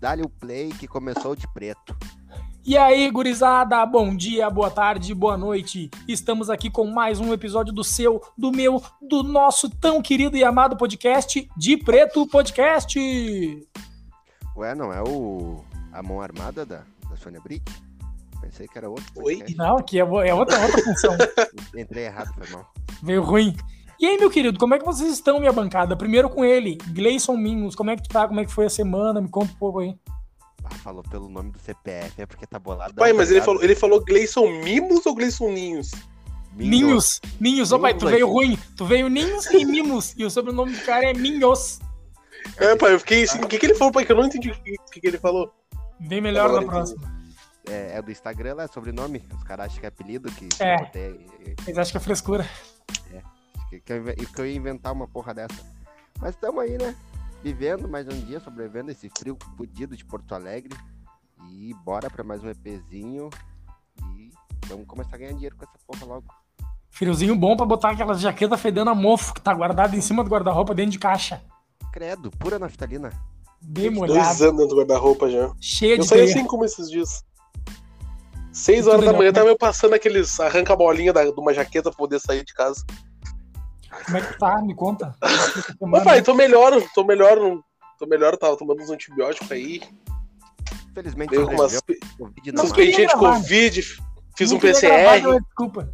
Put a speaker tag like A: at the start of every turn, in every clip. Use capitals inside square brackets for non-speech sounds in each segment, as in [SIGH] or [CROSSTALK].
A: dá-lhe o play que começou de preto.
B: E aí, gurizada, bom dia, boa tarde, boa noite. Estamos aqui com mais um episódio do seu, do meu, do nosso tão querido e amado podcast, De Preto Podcast.
A: Ué, não é o A Mão Armada da, da Sônia Brick? Pensei que era outro.
C: Oi?
A: podcast.
B: Não, aqui é, bo- é outra, outra função.
A: Entrei errado, foi
C: [LAUGHS]
A: mal.
B: Veio ruim. E aí, meu querido, como é que vocês estão, minha bancada? Primeiro com ele, Gleison Mingus. Como é que tu tá? Como é que foi a semana? Me conta um pouco aí.
A: Ah, falou pelo nome do CPF, é porque tá bolado.
C: Pai, mas
A: tá
C: ele
A: ligado?
C: falou, ele falou Gleison Mimos ou Gleison Ninhos?
B: Ninhos. Ninhos, ô pai, tu
A: Ninhos,
B: veio
A: aí.
B: ruim. Tu veio Ninhos e Mimos. E o sobrenome do cara é Minhos.
C: É, pai, eu fiquei assim. O que, que ele falou, pai? Que eu não entendi o que, o que que ele falou.
B: Bem melhor
C: Agora
B: na
C: eu
B: próxima.
A: É, é do Instagram lá, é sobrenome. Os caras acham que é apelido, que
B: É.
A: eu botei-
B: Mas acho que é frescura.
A: que, que eu, inve- que eu ia inventar uma porra dessa. Mas estamos aí, né? Vivendo mais um dia, sobrevivendo esse frio fudido de Porto Alegre. E bora pra mais um EPzinho. E vamos começar a ganhar dinheiro com essa porra logo.
B: Friozinho bom pra botar aquela jaqueta fedendo a mofo que tá guardada em cima do guarda-roupa dentro de caixa.
A: Credo, pura naftalina.
C: Dois
B: Demolhada,
C: anos dentro do guarda-roupa já.
B: cheia
C: Eu
B: de
C: saí
B: teia.
C: assim como esses dias. Seis
B: Tudo
C: horas da
B: legal,
C: manhã,
B: né?
C: tava eu passando aqueles arranca-bolinha da- de uma jaqueta pra poder sair de casa. assim-
B: Como é que tá? Me
C: [LAUGHS]
B: conta. Essa semana.
C: Mas, pai, tô melhor, tô melhor, não- tô melhor, tava tomando uns antibióticos aí.
A: Infelizmente,
C: Dei umas,
A: sobreviveu ao Covid na
C: umas
B: Não
A: mão.
B: queria
C: quentinhas de
B: gravar, né?
C: Covid, fiz
B: Não
C: um
B: queria gravar,
C: PCR.
B: não é Desculpa.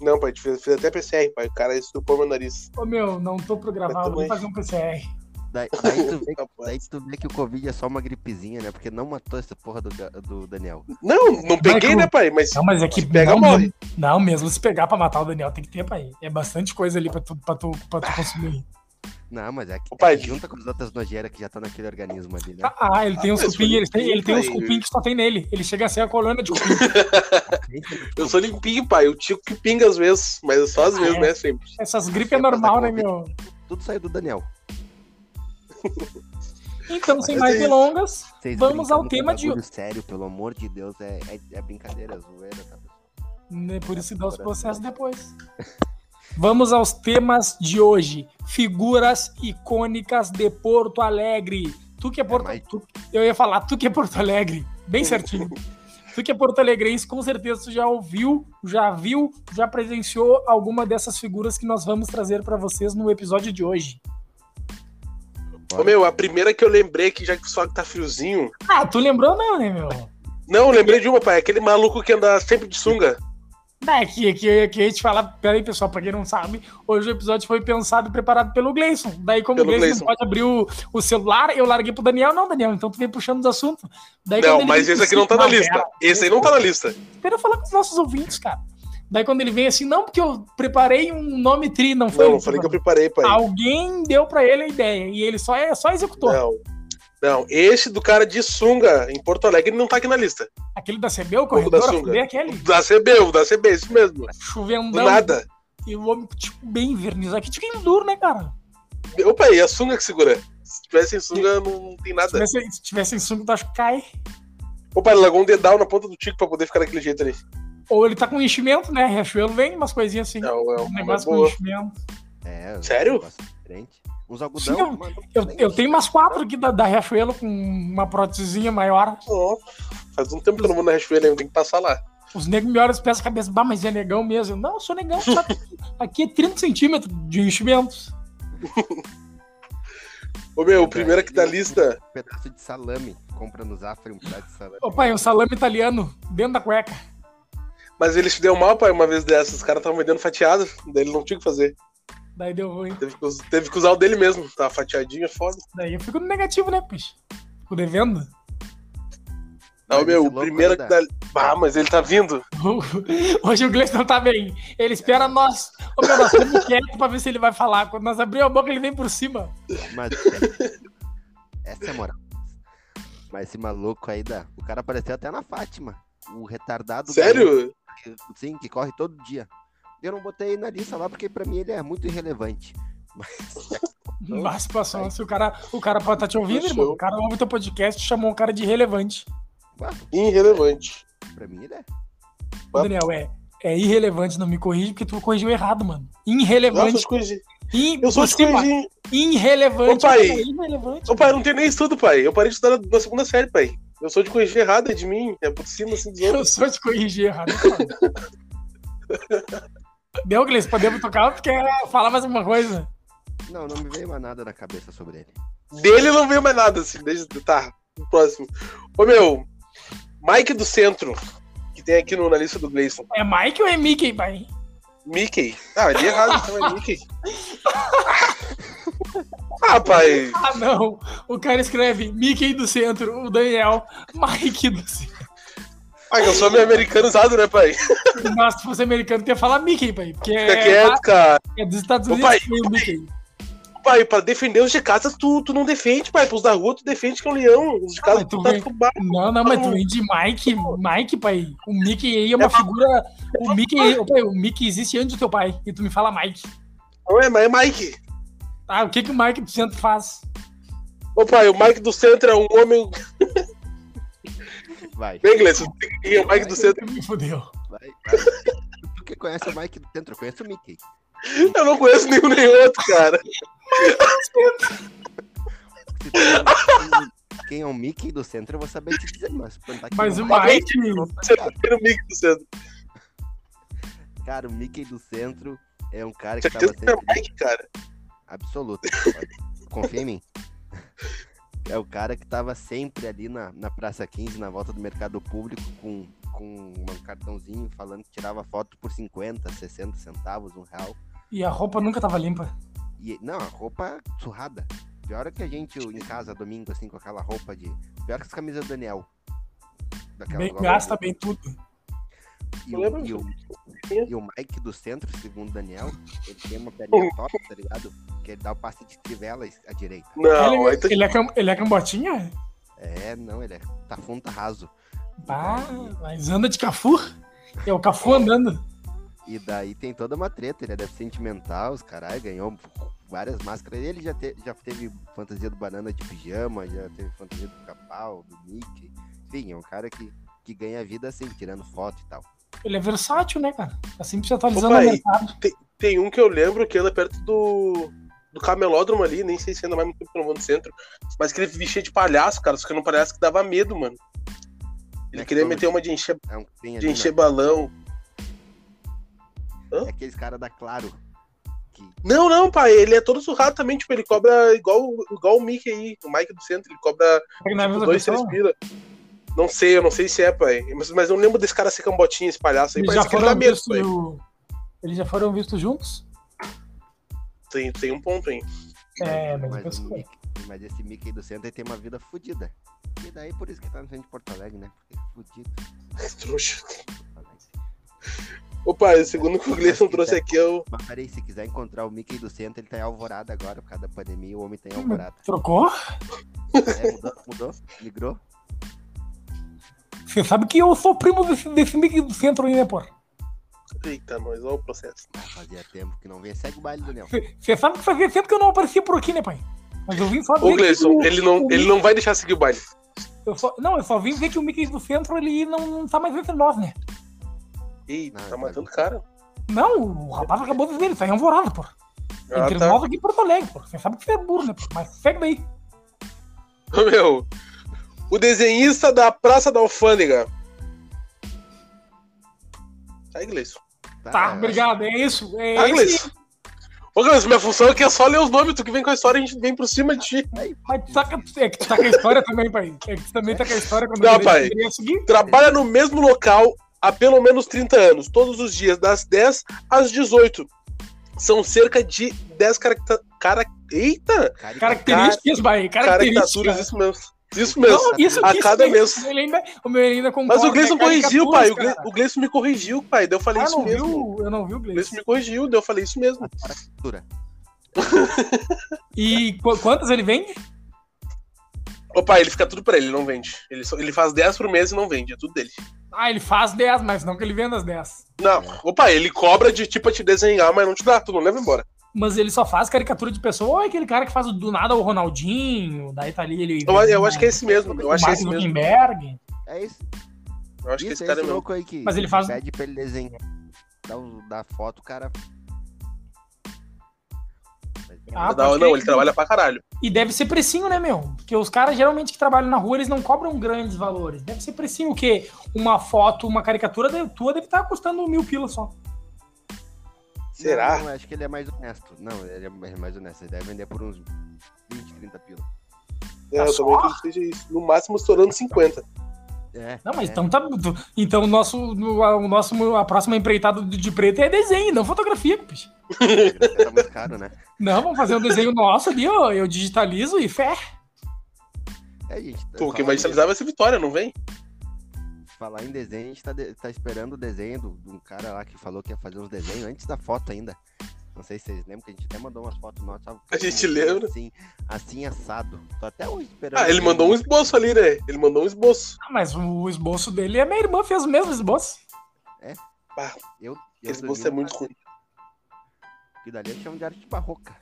C: Não, pai, fiz, fiz até PCR, pai. O cara estupou meu nariz.
B: Ô meu, não tô pra gravar,
C: Eu
B: eu vou
C: também.
B: fazer um PCR.
A: Daí, daí tu vê,
C: Rapaz.
A: daí tu vê que o Covid é só uma gripezinha, né? Porque não matou essa porra do, Ga- do Daniel.
C: Não, não peguei,
B: Michael-
C: né, pai? Mas
B: Não, mas é que.
C: Se pega,
B: não,
C: morre.
B: mesmo, não, mesmo se pegar pra matar o Daniel, tem que ter, pai. É bastante coisa ali pra tu, pra tu, pra tu consumir.
A: Não, mas é que,
C: Ô, pai,
A: é que junta com as outras nojeiras que já estão naquele organismo ali, né?
B: Ah, ele tem uns
C: mas
B: cupim,
C: foi
B: ele tem, ele tem uns
C: limpinho,
B: cupim que só tem nele. Ele chega a ser a colônia de
C: [LAUGHS]
B: cupim.
C: Eu sou limpinho, pai. Eu tico que pinga às vezes, mas só às
B: Ah,
C: vezes,
B: é?
C: né? Sempre.
B: Essas gripes é normal, né, meu?
A: Tudo saiu do Daniel.
B: Então, sem
C: Mas
B: mais
C: é isso.
B: delongas,
A: Vocês
B: Vamos
A: brincam
B: ao
A: com
B: tema de-
A: bagulho Sério, pelo amor de Deus, é, é, é brincadeira, é zoeira, tá?
B: Né, Por isso que dá os processos depois. [LAUGHS] Vamos aos temas de hoje. Figuras icônicas de Porto Alegre. Tu que é Porto
A: mais-
B: tu- Eu ia falar, tu que é Porto Alegre. Bem certinho. tu que é Porto Alegrense, com certeza tu já ouviu, já viu, já presenciou alguma dessas figuras que nós vamos trazer para vocês no episódio de hoje.
C: Ô, meu, a primeira que eu lembrei que já que o sol tá friozinho.
B: Ah, tu lembrou não, né, meu?
C: Não, eu lembrei de uma, pai. Aquele maluco que anda sempre de sunga.
B: É que, que, que a gente fala. Peraí, pessoal, pra quem não sabe, hoje o episódio foi pensado e preparado pelo Gleison. Daí, como o
C: Pelo
B: Gleison,
C: Gleison.
B: não pode abrir o, o celular, eu larguei pro Daniel. Não, Daniel, então tu vem puxando os assuntos. Daí, quando
C: Não,
B: ele
C: mas
B: vem
C: esse aqui
B: com
C: não tá na
B: cinco
C: lista.
B: pera,
C: Esse aí não tá na lista.
B: Espera eu falar com os nossos ouvintes, cara. Daí, quando ele vem assim, não, porque eu preparei um nome tri, não foi?
C: Não, eu falei que eu preparei, pai.
B: Alguém deu pra ele a ideia e ele só, é, só executou.
C: Não. Não, esse do cara de sunga em Porto Alegre ele não tá aqui na lista.
B: Aquele da CB, o
C: Pouco
B: corredor,
C: da
B: a
C: sunga.
B: fuder, aquele
C: Da CB, o da CB, isso mesmo. Do
B: chovendão.
C: nada.
B: E o homem, tipo, bem vernizado. Que tipo duro, né, cara?
C: Ô, pai, é a sunga que segura. Se tivesse em sunga, não tem
B: Se
C: nada.
B: tivesse, se tivesse em sunga, tu acha que cai?
C: Ô, pai, ele largou um dedal na ponta do tico pra poder ficar daquele jeito ali.
B: Ou ele tá com enchimento, né? Riachuelo vem umas coisinhas assim.
C: Não, é
B: um
C: uma
B: negócio com
C: boa.
B: enchimento.
A: É, um
C: Sério?
A: negócio diferente. Uns algodão.
B: Sim,
A: mano, um
B: Eu,
A: nem
B: eu tenho umas quatro aqui da, da Riachuelo com uma prótesezinha maior.
C: Ó, Faz um tempo que eu não vou na Riachuelo, eu tenho que passar lá.
B: Os negros me olham e pensam a cabeça, bah, mas é negão mesmo. Eu, Não, eu sou negão, só
C: [LAUGHS]
B: que aqui é 30 centímetros de enchimentos.
C: Ô meu, o
A: Tá.
C: primeiro aqui da lista.
A: Um pedaço de salame. Compra no Zafra um pedaço de salame.
B: Ô pai, é um salame italiano dentro da cueca.
C: Mas ele se deu mal, pai, uma vez dessas. Os caras estavam vendendo fatiado, daí ele não tinha o que fazer.
B: Daí deu ruim.
C: Teve que, us- teve que usar o dele mesmo. Tava fatiadinho, é foda.
B: Daí eu fico no negativo, né, bicho? Fico devendo. [LAUGHS]
C: Não,
A: Mas esse
C: meu, o
A: louco é
C: primeiro aqui
A: ainda.
C: da. Ah, mas ele tá vindo.
B: Hoje o Gleison não tá bem. Ele espera nós. Ô meu, nós estamos quietos pra ver se ele vai falar. Quando nós abrimos a boca, ele vem por cima.
A: Mas.
C: [LAUGHS]
A: Essa é a moral. Mas esse maluco aí da. O cara apareceu até na Fátima. O retardado.
C: Sério?
A: garoto que- sim, que corre todo dia. Eu não botei na lista lá porque pra mim ele é muito irrelevante.
B: Mas passou, se o cara, o cara pode estar te ouvindo,
C: Uhum. Fechou.
B: irmão. O cara ouve teu podcast e chamou um cara de relevante.
A: Bah,
C: Irrelevante.
A: pra mim ele é.
B: Ô,
C: Ah.
B: Daniel, é, é irrelevante, não me corrija, porque tu corrigiu errado, mano. Irrelevante.
C: Nossa, coisa.
B: E
C: Eu sou
B: por cima,
C: escondidinho.
B: irrelevante.
C: Ô, pai.
B: é irrelevante.
C: Ô, pai, eu não tenho nem estudo, pai. Eu parei de estudar na- na segunda série, pai. Eu sou de corrigir errado, é de mim. É por cima, assim, dos
B: Eu
C: outros.
B: sou de corrigir errado.
C: [LAUGHS]
B: cara. Douglas, podemos tocar? Tu quer falar mais alguma coisa?
A: Não, não me veio mais nada na cabeça sobre ele.
C: Dele não veio mais nada, assim. Desde... Tá, próximo. Ô, meu, Mike do Centro, que tem aqui no, na lista do Gleison.
B: É Mike ou é Mickey, pai?
C: Mickey. Ah, ele é errado, então é
B: [LAUGHS]
C: Mickey. ah, pai.
B: Ah, não. O cara escreve Mickey do centro, o Daniel, Mike do centro.
C: Ah, eu sou meio americanizado, né, pai?
B: Nossa, se fosse americano, tu ia falar Mickey, pai. Porque
C: Fica
B: é,
C: quieto, cara.
B: é dos Estados
C: Ô,
B: Unidos
C: pai,
B: que veio o Mickey.
C: Pai, pra defender os de casa, tu, tu não defende, pai. Pros da rua, tu defende que é um leão. Os de casa,
B: Ah, mas
C: tu,
B: tu
C: tá
B: vem-
C: com barco.
B: Não, não, mas tu vem de Mike, Mike, pai. O Mickey aí é uma figura. O Mickey, ô, pai, o Mickey existe antes do teu pai. E tu me fala Mike.
C: Não é, mas é Mike.
B: Ah, o que, que o Mike do centro faz?
C: Ô, pai, o Mike do Centro é um homem...
A: Vai,
C: Bem, Gleison, tu tem que ir, é o Mike do Centro.
B: Me fudeu.
A: vai, vai. Tu que conhece o Mike do centro, eu conheço o Mickey.
C: Eu não conheço nenhum nem outro, cara.
A: Se tu perguntar quem- Quem é o Mickey do centro, eu vou saber te dizer, mas perguntar quem
B: Mas
A: é
B: o Mike.
C: Você não tem o Mike do Centro.
A: Cara, o Mickey do centro é um cara que tava
C: Certeza que é
A: sempre
C: Mike, cara.
A: Absoluto. Confia em mim. [LAUGHS] É o cara que tava sempre ali na, na Praça 15, na volta do mercado público, com, com um cartãozinho falando que tirava foto por 50, 60 centavos, um real.
B: E a roupa nunca tava limpa.
A: E, não, a roupa surrada. Pior é que a gente em casa domingo, assim, com aquela roupa de. Pior que as camisas do Daniel. Daquela
B: Bem,
A: logo-
B: gasta bem tudo.
A: E
C: Eu
A: o,
C: lembro.
A: e, o, e o Mike do centro, segundo o Daniel, ele tem
B: [LAUGHS]
A: uma perninha top, tá ligado? Que ele dá o passe de trivela à direita.
C: Não, então aí tu...
B: Ele, ele é, cam- ele é cambotinha?
A: É, não, ele é tá fundo, tá raso.
B: Bah, mas anda de Cafu. É o Cafu andando.
A: E daí tem toda uma treta, ele é deficiente mental, os caralho, ganhou várias máscaras. Ele já, te- já teve fantasia do banana de pijama, já teve fantasia do capau, do Mickey. Enfim, é um cara que, que ganha a vida assim, tirando foto e tal.
B: Ele é versátil, né, cara? Tá sempre se atualizando
C: Opa,
B: no
C: aí.
B: mercado.
C: Tem um que eu lembro que anda perto do. Do camelódromo ali, nem sei se ainda mais muito tempo no centro, mas que ele vestia de palhaço, cara, só que era um palhaço que dava medo, mano. Ele queria meter uma de encher,
A: É um que tem ali,
C: de
A: né?
C: encher balão.
A: É aqueles caras da Claro. Que,
C: Não, não, pai, ele é todo surrado também, tipo, ele cobra igual, igual o Mickey aí, o Mike do centro, ele cobra
B: Pega na é mesma
C: dois,
B: pessoa.
C: três pila. Não sei, eu não sei se é, pai, mas, mas eu não lembro desse cara ser cambotinho, esse palhaço aí,
B: Eles
C: parece
B: já
C: que ele dá
B: foram
C: medo, pai.
B: vistos. Eles já foram vistos juntos?
C: Tem, tem um ponto, hein. [LAUGHS]
B: É, mas eu
A: mas,
B: penso
A: o Mickey, mas esse Mickey do centro ele tem uma vida fodida. E daí por isso que tá no centro de Porto Alegre, né? Porque ele é fudido.
C: Trouxa.
A: Porto Alegre.
C: Ô, pai, o segundo que
A: [LAUGHS]
C: o Gleison trouxe aqui é o.
A: Mas peraí, se quiser encontrar o Mickey do centro, ele tá em alvorada agora, por causa da pandemia, o homem tá em
B: Hum.
A: alvorada.
B: Trocou?
A: É, mudou, mudou, migrou.
B: Você sabe que eu sou primo desse, desse Mickey do centro aí, né, porra?
C: Eita, nós, olha o processo.
B: Tá
A: Ah, fazia tempo que não vinha. Segue o baile, Daniel.
B: Você você sabe que fazia tempo que eu não aparecia por aqui, né, pai? Mas eu vim só dizer
C: Ô,
B: que
C: Gleison,
B: o-
C: ele não,
B: o
C: ele não vai deixar seguir o baile.
B: Eu só- não, eu só vim ver que o Mickey do centro ele não, não tá mais entre nós, né?
C: Eita,
A: Não,
C: tá
A: ele
C: matando o cara.
B: Não, o rapaz acabou de ver, ele tá em alvorada, pô.
C: Ah,
B: entre
C: tá.
B: nós aqui em Porto Alegre, pô. Você sabe que você é burro, né, pô? Mas segue daí.
C: Ô, [LAUGHS] Meu, o desenhista da Praça da Alfândega. Tá, Gleison.
B: Tá,
A: eu
B: obrigado, é isso. É
C: Tá,
B: esse.
C: Gleison. Ô, Gleison, minha função aqui é só ler os nomes, tu que vem com a história, a gente vem por cima de ti.
A: acho- Aí,
B: Mas tu tá, com- é que tu tá com a história também, pai. É que tu também tá com a história quando
C: Não,
B: eu
C: pai.
B: queria seguir.
C: Trabalha no mesmo local há pelo menos 30 anos, todos os dias, das 10 às 18. São cerca de 10 caracta... cara... Eita!
A: cara,
B: Características, pai.
C: tá Caricaturas,
B: Características.
C: isso mesmo. Isso
B: Não,
C: mesmo.
B: isso,
C: a
B: isso
C: cada
B: mesmo.
C: mês.
B: Ele ainda, o meu ele ainda concorda.
C: Mas o Gleison
B: é
C: corrigiu, pai. O
B: caricaturas,
C: Gle- o Gleison me corrigiu, pai. Daí
B: cara.
C: eu falei
B: Ah,
C: isso
B: não
C: mesmo.
B: viu? Eu não vi o
C: O
B: Gleison.
C: Gleison me corrigiu, daí eu falei isso mesmo.
A: caricatura.
B: E qu- quantas ele vende?
C: Ô, pai, ele fica tudo pra ele, ele não vende. Ele, só- ele faz 10 por mês e não vende, é tudo dele.
B: Ah, ele faz 10, mas não que ele venda as 10.
C: Não, ô pai, ele cobra de tipo pra te desenhar, mas não te dá, tu não leva embora.
B: Mas ele só faz caricatura de pessoa. Ou é aquele cara que faz do nada o Ronaldinho, daí tá ali ele.
C: Eu, eu acho que é esse mesmo, eu acho que é esse mesmo.
B: Zuckerberg.
A: É isso.
C: Eu acho que
A: isso,
C: é esse
A: é
C: cara
A: esse
C: mesmo.
A: louco aí que
B: Mas ele faz-
A: pede um, pra ele é desenhar. Dá, o- dá foto, o cara.
B: Ah,
C: Da-
B: pode
C: não,
B: crer.
C: ele trabalha pra caralho.
B: E deve ser precinho, né, meu? Porque os caras geralmente que trabalham na rua, eles não cobram grandes valores. Deve ser precinho o quê? Uma foto, uma caricatura de- tua deve estar custando mil pilas só.
C: Será?
A: Não, acho que ele é mais honesto. Não, ele é mais honesto. Ele deve vender por uns 20, 30 pila.
C: É, eu também acredito que seja isso. No máximo estourando 50.
B: [LAUGHS]
A: É.
B: Não, mas
A: é.
B: então tá. tu- Então o nosso, o nosso, a próxima empreitada do- de preto é desenho, não fotografia, bicho.
A: Tá muito caro, né?
B: Não, vamos fazer um
C: [LAUGHS]
B: desenho nosso ali, ó. Eu digitalizo e fé.
A: É, gente. falar
C: Pô, quem vai
A: em-
C: digitalizar vai ser Vitória, não vem?
A: Falar em desenho, a gente tá, de- tá esperando o desenho do- de um cara lá que falou que ia fazer uns desenhos antes da foto ainda. Não sei se vocês lembram, que a gente até mandou umas fotos nossas. sabe?
C: A gente lembra.
A: Assim, assim assado. Tô até hoje esperando.
C: Ah, ele mandou um esboço ali, né? Ele mandou um esboço.
B: Ah, Mas o esboço dele é minha irmã, fez o mesmo esboço.
A: Eu, eu
C: Esse
A: dormi
C: esboço é
A: uma-
C: muito ruim.
A: Que dali eu chamo de arte barroca.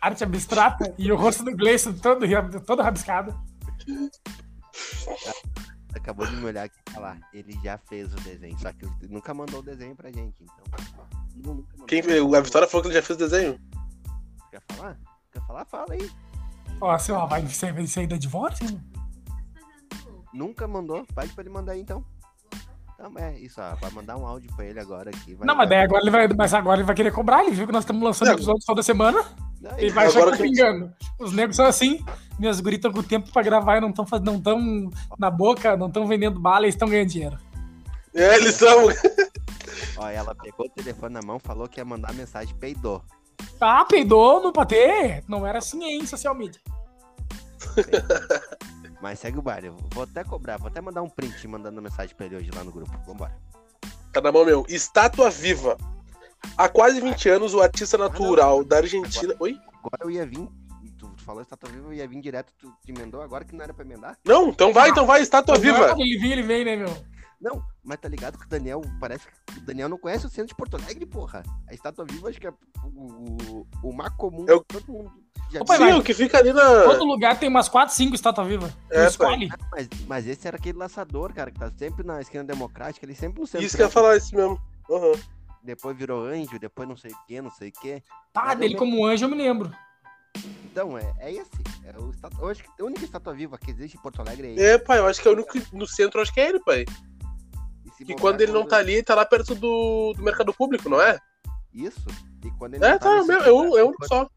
B: Arte abstrata e o rosto do Gleison todo, todo rabiscado.
A: Acabou de me olhar aqui e falar. Ele já fez o desenho, só que ele nunca mandou o desenho pra gente. Então. Não, nunca mandou.
C: Quem, a Vitória falou que ele já fez o desenho.
A: Quer falar? Quer falar? Fala aí.
B: Ó, assim, ó, vai sair, vai sair da divórcio?
A: Nunca mandou? Pede pra ele mandar aí então. Então é isso, ó. Vai mandar um áudio pra ele agora aqui. vai-
B: Não, mas daí agora ele vai. Mas agora ele vai querer cobrar, ele viu que nós estamos lançando
C: Não.
B: episódio toda semana.
A: Não,
B: Ele vai achar
C: Agora
B: que tá
C: que-
B: pingando. Os negros são assim, minhas guris estão com tempo pra gravar e não estão não tão na boca, não estão vendendo bala, eles estão ganhando dinheiro.
C: É, eles são.
A: Ó, ela pegou o telefone na mão, falou que ia mandar mensagem, peidou.
B: Ah, peidou no patê? Não era assim hein, social media.
A: Mas segue o baile. eu Vou até cobrar, vou até mandar um print mandando mensagem pra ele hoje lá no grupo. Vambora.
C: Tá na mão meu. Estátua viva. Há quase 20 anos, o artista
B: Ah,
C: natural da Argentina. Oi?
A: Agora eu ia vir. Tu tu falou estátua viva, eu ia vir direto, tu te emendou agora que não era pra emendar?
C: Não, então vai, então vai, estátua viva.
B: é Quando ele vem, ele vem, né, meu?
A: Não, mas tá ligado que o Daniel parece que o Daniel não conhece o centro de Porto Alegre, porra. A estátua viva acho que é o, o, o mar comum
C: É o-
A: que todo mundo. Já
B: Opa, é
A: viu.
C: Sim, o que fica ali na.
B: Todo lugar tem umas 4, 5 estátua viva. Tu
C: É,
B: escolhe.
A: mas, mas esse era aquele laçador, cara, que tá sempre na esquina democrática, ele sempre no centro.
C: Isso que eu ia falar, isso mesmo. Aham.
A: Depois virou anjo, depois não sei o que, não sei o que.
B: Tá,
C: É,
A: Mas
B: dele
C: né?
A: eu-
B: como anjo eu me lembro.
A: Então, é, é esse. É o estátua, eu acho que a única estátua viva que existe em Porto Alegre é ele.
C: É, pai, eu acho que é o único que no centro, eu acho que é ele, pai.
A: E se
C: Que
A: bobear,
B: né?
C: quando ele não tá ali, ele tá lá perto do, do mercado público, não é?
A: Isso. E quando ele
C: É,
A: não
C: tá, é o
A: nesse
C: mesmo, é um,
A: lugar-
C: é um só.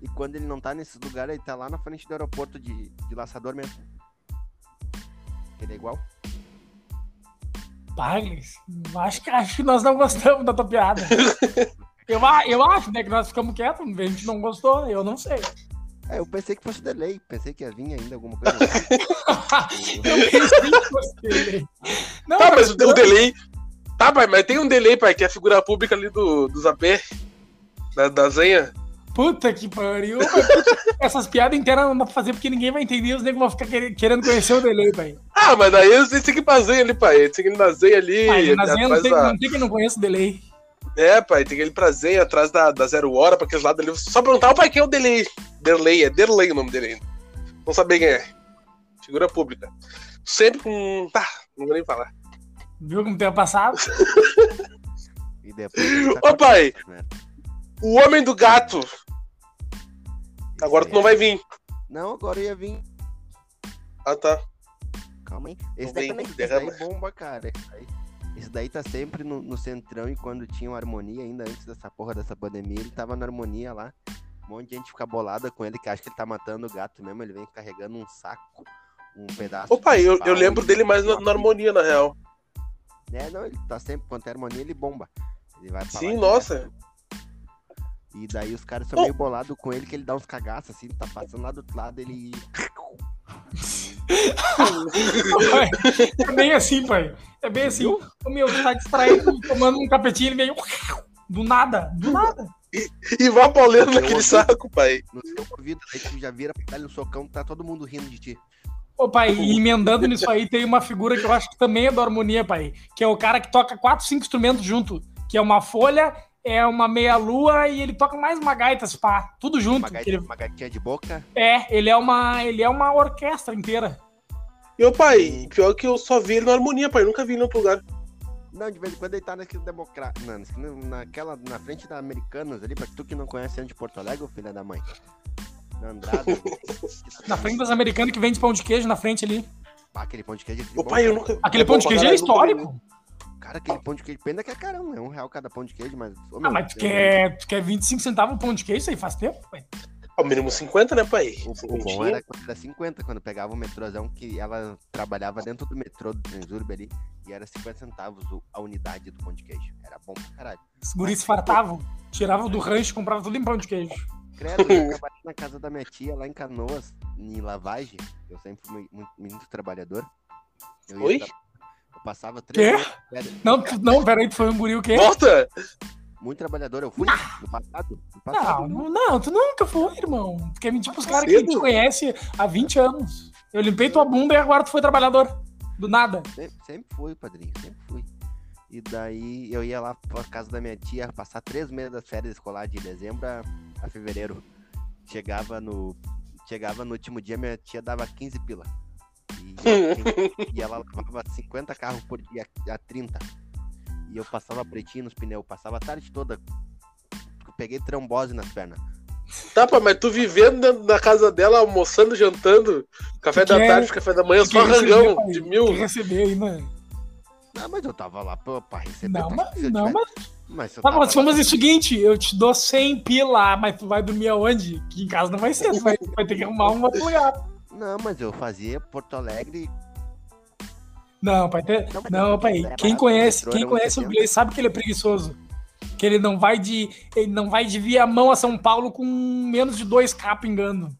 A: E quando ele não tá nesse lugar, ele tá lá na frente do aeroporto de, de laçador mesmo. Ele é igual.
B: Tá, Gleice, acho que, acho que nós não gostamos da tua
C: [LAUGHS]
B: piada. eu, a- eu acho, né, que nós ficamos quietos, a gente não gostou, eu não sei. [LAUGHS]
A: É, eu pensei que fosse delay, pensei que ia vir ainda alguma coisa. assim,
C: [LAUGHS]
B: Eu pensei que gostei. Não,
C: Tá, mas o, o delay. Tá, pai, mas tem um delay, pai, que é a figura pública ali do, do Zapé. Da, da Zenha.
B: Puta que pariu. mas Essas piadas internas não dá pra fazer porque ninguém vai entender, os negros vão ficar quere- querendo conhecer o delay, pai.
C: Ah, mas daí eles têm que ir pra Zenha ali, pai. Eles têm que ir na Zenha ali. né,
B: Mas na Zenha não
C: atrás
B: tem,
C: da...
B: não tem quem não conheça o delay.
C: É, pai, tem que ir pra Zenha, atrás da, da Zero Hora, pra aqueles lados ali. Só perguntar, ô, pai, quem é o delay? Derley, é Derley o nome dele ainda. Não saber quem é. Figura pública. Sempre com. Tá, não vou nem falar.
B: Viu como tem o é passado?
A: e depois. ele
C: Ô, pai!
A: cortando essas merda.
C: O Homem do Gato.
A: Isso
C: Agora tu
A: aí.
C: não vai vir.
A: Não, agora ia vir.
C: Ah, tá.
A: Calma aí. Esse
C: Não
A: daí
C: vem,
A: também. Esse
C: derrama.
A: daí bomba, cara. Esse daí, esse daí tá sempre no, no centrão e quando tinha uma harmonia, ainda antes dessa porra dessa pandemia, ele tava na harmonia lá. Um monte de gente fica bolada com ele, que acha que ele tá matando o gato mesmo. Ele vem carregando um saco, um pedaço.
C: Ô, pai,
A: de
C: eu,
A: pau
C: eu lembro
A: e-
C: dele mais na, na harmonia, na real.
A: É, não, ele tá sempre, quando tem harmonia, ele bomba. Ele vai pra lá
C: Sim,
A: direto.
C: nossa.
A: E daí os caras são
C: Ô.
A: meio bolados com ele, que ele dá uns cagaços assim, tá passando lá do outro lado, ele. [LAUGHS]
B: Pai, é bem assim, pai. É bem assim. O meu tá distraído, tomando um capetinho, ele meio. Do nada, do nada.
C: E vai paulando
A: Eu
C: naquele
A: ouvi.
C: saco, pai.
A: No seu ouvido, aí tu já vira pra ele um socão, tá todo mundo rindo de ti.
B: Ô, pai, e emendando nisso aí, tem uma figura que eu acho que também é da harmonia, pai. Que é o cara que toca quatro, cinco instrumentos junto. Que é uma folha, é uma meia-lua e ele toca mais uma gaita, se pá. Tudo junto.
A: Uma, gai-
B: que ele-
A: uma gaitinha de boca.
B: É, ele é uma, ele é uma orquestra inteira.
C: E, ô, pai, pior que eu só vi ele na harmonia, pai. Eu nunca vi ele em outro lugar.
A: Não, de vez em quando ele tá naquele democrata. Não, na esquina- naquela, na frente da Americanas ali, pra tu que não conhece antes de Porto Alegre, ô filha da mãe. Na Andrada.
C: [LAUGHS]
B: Na frente das americanas que vende pão de queijo na frente ali.
A: Ah, aquele pão de queijo. é bom,
C: O pai, eu
A: cara.
C: nunca.
B: Aquele
C: é
B: pão
C: bom
B: de
C: pra
B: queijo é
C: caralho, nunca comi.
B: histórico.
A: Cara, aquele pão de queijo. Pena que é caramba, é um real cada pão de queijo, mas. ô, meu,
B: Ah,
A: né?
B: mas tu
A: eu-
C: é
B: quer, tu quer 25 centavos o pão de queijo? Isso aí faz tempo, velho.
C: Ao mínimo 50, né, pai?
A: O, o bom era quando era 50, quando pegava o metrôzão, que ela trabalhava dentro do metrô do Transurb ali, e era 50 centavos o- a unidade do pão de queijo. Era bom pra caralho.
B: Os guris fartavam, tiravam do rancho, compravam tudo em pão de queijo.
A: Credo, eu trabalhei na casa da minha tia, lá em Canoas, em lavagem. Eu sempre fui muito, muito trabalhador. Eu ia
C: Oi?
A: tra- Eu passava três
B: Quê?
A: horas direto.
B: Não, tu- não, peraí, tu foi um guri o quê?
C: Volta!
A: Muito trabalhador, eu fui no passado. No
B: Não,
A: passado
B: Ah! não, não, tu nunca foi, irmão. Tu quer mentir pros caras que
C: Cedo.
B: te conhecem há 20 anos. Eu limpei tua bunda e agora tu foi trabalhador. Do nada.
A: sempre, sempre fui, padrinho, sempre fui. E daí eu ia lá pra casa da minha tia, passar três meses das férias escolares de dezembro a, a fevereiro. Chegava no. Chegava no último dia, minha tia dava 15 pila. E,
B: [LAUGHS]
A: e ela lavava 50 carros por dia a 30. E eu passava pretinho nos pneus, passava a tarde toda. Eu peguei trombose nas pernas.
C: Tá, pai, mas tu vivendo dentro da casa dela, almoçando, jantando, café da
B: Quer-
C: tarde, café da manhã,
B: Tu
C: só
B: quer receber,
C: rangão
B: pai?
C: de
B: Tu
C: mil.
B: quer receber aí, né?
A: Não, mas eu tava lá pra, pra receber.
B: Não,
A: tá?
B: mas,
A: Se eu
B: não,
A: tivesse-
B: mas,
A: mas se eu
B: tá,
A: tava
B: mas
A: lá-
B: vamos fazer o seguinte, eu te dou 100 pila, mas tu vai dormir aonde? Que em casa não vai ser, tu vai, vai ter que arrumar um outro lugar.
A: Não, mas eu fazia Porto Alegre
B: Não, pai, ter-
A: Não, mas
B: não,
A: não,
B: pai,
A: não é
B: quem
A: barato,
B: conhece,
A: o metrô
B: quem
A: era
B: conhece o
A: 1,70.
B: Gleice sabe que ele é preguiçoso. Que ele não vai de, ele não vai de Viamão a São Paulo com menos de 2k pingando.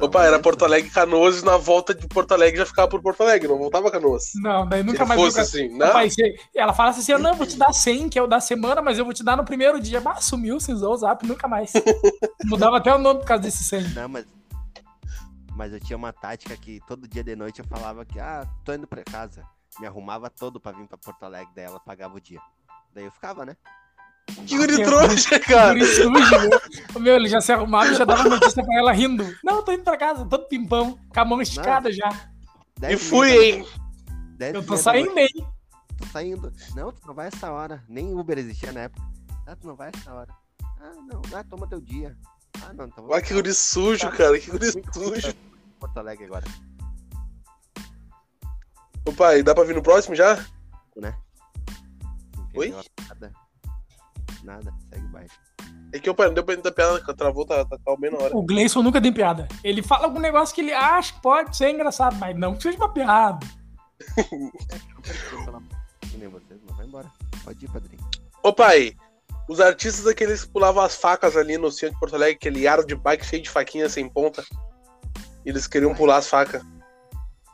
C: Opa, era Porto Alegre Canoas e na volta de Porto Alegre já ficava por Porto Alegre, não voltava Canoas.
B: Não, daí
C: Se
B: nunca
C: ele
B: mais viu
C: fosse
B: cara-
C: assim,
B: Não,
C: não.
B: pai, se- ela fala assim, eu não vou te dar 100, que é o da semana, mas eu vou te dar no primeiro dia. Bah, sumiu, cinzou o zap, nunca
C: [LAUGHS]
B: mais. Mudava até o nome por causa desse 100.
A: Não, mas. Mas eu tinha uma tática que todo dia de noite eu falava que, ah, tô indo pra casa. Me arrumava todo pra vir pra Porto Alegre, daí ela pagava o dia. Daí eu ficava, né?
C: Que guri
B: Meu
C: trouxa, cara.
B: Por isso, sujo, né? O meu, ele já se arrumava e já dava notícia pra ela rindo. Não, tô indo pra casa, todo pimpão, com a mão esticada já.
A: Dez
C: E
A: e
C: fui,
A: meia da
C: hein?
A: noite- dez e
B: Eu tô
A: meia da
B: saindo
A: noite,
B: bem.
A: Tô saindo. Não, tu não vai essa hora. Nem Uber existia na época. Ah, tu não vai essa hora. Ah, não. Ah, toma teu dia. Ah, não. Então vou
C: Olha que
A: ficar
C: guri sujo, cara. Que guri
A: muito
C: sujo.
A: em Porto Alegre agora.
C: Ô, pai, dá pra vir no próximo já?
A: Entendeu?
C: Oi?
A: Nada. Nada. Segue o baile.
C: É que, ô, pai, não deu pra entender a piada, que travou, tá, tá calma na hora.
B: O Gleison nunca tem piada. Ele fala algum negócio que ele acha que pode ser engraçado, mas não que seja uma piada.
A: Eu falo Que nem vocês, mas vai embora. Pode ir, padrinho.
C: Ô pai, os artistas aqueles que pulavam as facas ali no centro de Porto Alegre, aquele aro de bike cheio de faquinha sem ponta. Eles queriam pular as facas.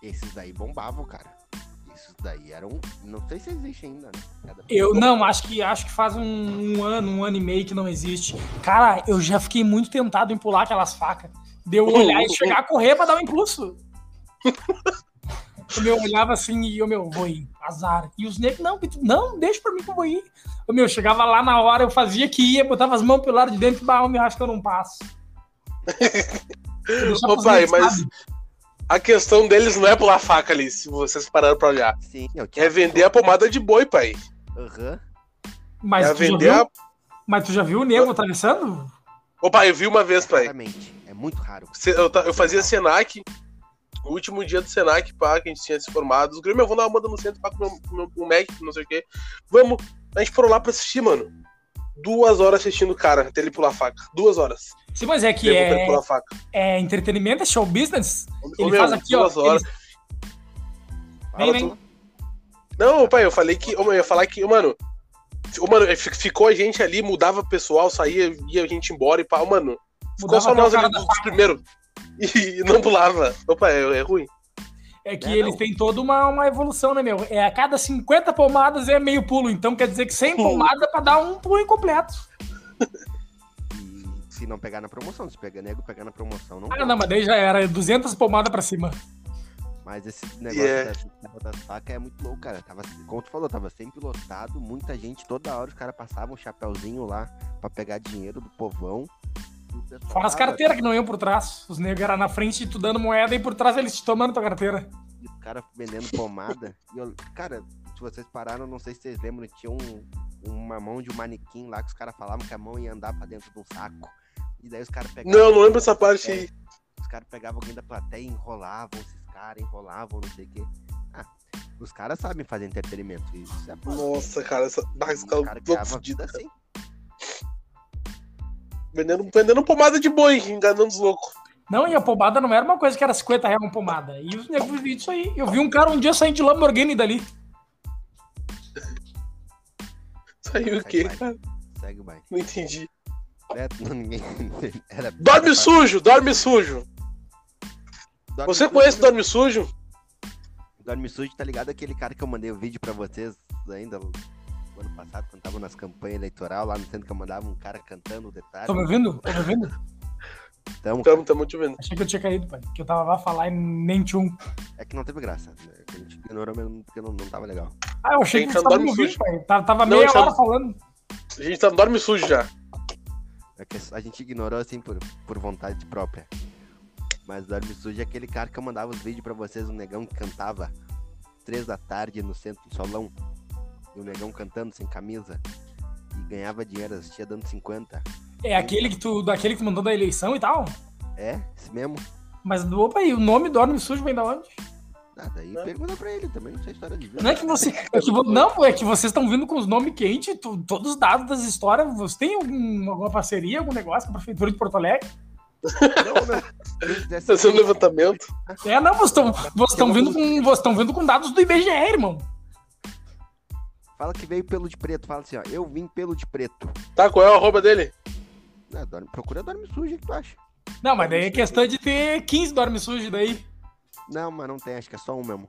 A: Esses daí bombavam, cara. Esses daí eram. Não sei se existe ainda, né? Cada-
B: Eu não, acho que acho que faz um, um ano, um ano e meio que não existe. Cara, eu já fiquei muito tentado em pular aquelas facas. Deu olhar e chegar a correr pra dar um impulso. O meu olhava assim e eu, meu, vou ir, azar. E os negros, não, Pitu, não, deixa pra mim que eu vou ir. O meu, chegava lá na hora, eu fazia que ia, botava as mãos pelo lado de dentro e barrão, me acho que eu não
C: [LAUGHS]
B: passo. Eu deixava
C: Ô,
B: pros
C: pai,
B: negros,
C: mas-
B: sabe?
C: A questão deles não é pular a faca ali, se vocês pararam pra olhar.
A: Sim, eu tinha.
C: É vender a pomada de boi, pai.
A: Aham.
B: Mas,
C: é
B: tu já
C: vender
B: viu,
C: a.
B: mas tu já viu o nego atravessando?
C: Ô pai, eu vi uma vez, pai.
A: Exatamente. É muito raro.
C: Se- Eu, ta- eu fazia Senac, o último dia do Senac, pá, que a gente tinha se formado. Os Grêmio, eu vou dar uma banda no centro, pá, comer um- comer um Mac, não sei o quê. Vamos, a gente foram lá pra assistir, mano. Duas horas assistindo o cara, até ele pular a faca. Duas horas.
B: Sim, mas é que
C: Levou pra ele
B: é,
C: pular a faca.
B: é entretenimento, é show business.
C: Ô,
B: Ele
C: meu,
B: faz aqui, ó.
C: duas horas.
B: ele-
A: Fala,
B: vem.
A: tu.
C: Não, pai, eu falei que. ô, mano, Eu ia falar que, ô, mano. fi- ô, mano, é, fi- ficou a gente ali, mudava o pessoal, saía, ia a gente embora e pá, ô, mano. Ficou
B: Mudava
C: só
B: até o
C: nós
B: cara
C: ali dos primeiros. [LAUGHS] E não pulava. Opa, é, é ruim.
B: É que
A: É,
B: eles
A: não.
B: têm toda uma, uma evolução, né, meu? É a cada 50 pomadas é meio pulo. Então quer dizer que 100
C: Sim.
B: pomadas é pra dar um pulo incompleto.
A: E se não pegar na promoção, se pegar nego, pegar na promoção, não.
B: Ah, não, mas daí já era. 200 pomadas pra cima.
A: Mas esse negócio
C: Yeah.
A: das- das, das facas é muito louco, cara. Tava, como tu falou, tava sempre lotado, muita gente, toda hora os caras passavam um chapéuzinho lá pra pegar dinheiro do povão. E o pessoal
B: Fora
C: Ah,
B: as
A: tava-
C: é.
B: carteiras que não iam por trás. Os negros eram na frente e tu dando moeda e por trás eles te tomando tua carteira.
A: e os caras vendendo pomada. E eu, cara, se vocês pararam, não sei se vocês lembram, tinha um, uma mão de um manequim lá que os caras falavam que a mão ia andar pra dentro de um saco. E daí os caras pegavam.
C: Não, não lembro essa parte aí.
A: Os caras pegavam alguém da plateia e enrolavam esses caras, enrolavam, não sei o quê. Ah, os caras sabem fazer entretenimento. Isso é bom.
C: Nossa, cara, essa. Ah, esse
A: E
C: cara
A: os caras
C: louco
A: ganhavam a
C: fudido.
A: vida assim.
C: Vendendo, vendendo pomada de boi, enganando os loucos.
B: Não, e a pomada não era uma coisa que era 50 reais uma pomada. E os negros viviam isso aí. Eu vi um cara um dia saindo de Lamborghini dali.
C: Saiu o
A: Segue
C: quê,
A: mais.
C: cara?
A: assim, Segue o baile.
C: [LAUGHS] Não entendi.
A: É, não, [LAUGHS] ninguém era
C: Dorme
A: era-
C: sujo, dorme sujo.
A: dorme
C: Você
A: sujo.
C: conhece o dorme sujo?
A: Dorme sujo, tá ligado? Aquele cara que eu mandei o vídeo pra vocês ainda o ano passado, quando tava nas campanhas eleitoral, lá no centro que eu mandava um cara cantando o detalhe.
B: Tô me ouvindo? Tô me ouvindo?
A: Então,
C: Tamo, tamo te vendo.
B: Achei que eu tinha caído, pai. Que eu tava lá falar e nem tinha um.
A: é que não teve graça. né? A gente ignorou mesmo porque não, não tava legal.
B: Ah, eu achei
C: Tem
B: que
C: que
B: você tava me
C: andar
B: ouvindo,
C: sujo.
B: pai. Tava, tava
C: Não,
B: meia
C: chama-
B: hora falando.
C: A gente tá no dorme sujo já.
A: É que a gente ignorou assim por, por vontade própria. Mas Dorme Sujo é aquele cara que eu mandava os vídeos pra vocês, um negão que cantava três da tarde no centro do solão. E o negão cantando sem camisa. E ganhava dinheiro, assistia dando 50.
B: É aquele que tu, daquele que tu mandou da eleição e tal.
A: É? Esse mesmo?
B: Mas, opa, e o nome Dorme Sujo vem da onde?
A: Ah, daí
C: É.
A: pergunta pra ele também, não sei a história de vida.
B: Não é que você. é que vo- não, é que vocês estão vindo com os nomes quentes, tu- todos os dados das histórias. Você tem algum- alguma parceria, algum negócio com a Prefeitura de Porto Alegre?
A: Não, né?
B: [LAUGHS]
A: não. Se quisesse-
C: Tá sendo levantamento.
B: É, não, vocês estão vocês estão vindo, com- vocês estão vindo com dados do IBGE, irmão.
A: Fala que veio pelo de preto, fala assim, ó, eu vim pelo de preto.
C: Tá, qual é o arroba dele?
A: Ah, dorme, procura dorme sujo, o que tu acha?
B: Não, mas daí é questão de ter 15 dorme sujo daí.
A: Não, mas não tem, acho que é só um mesmo.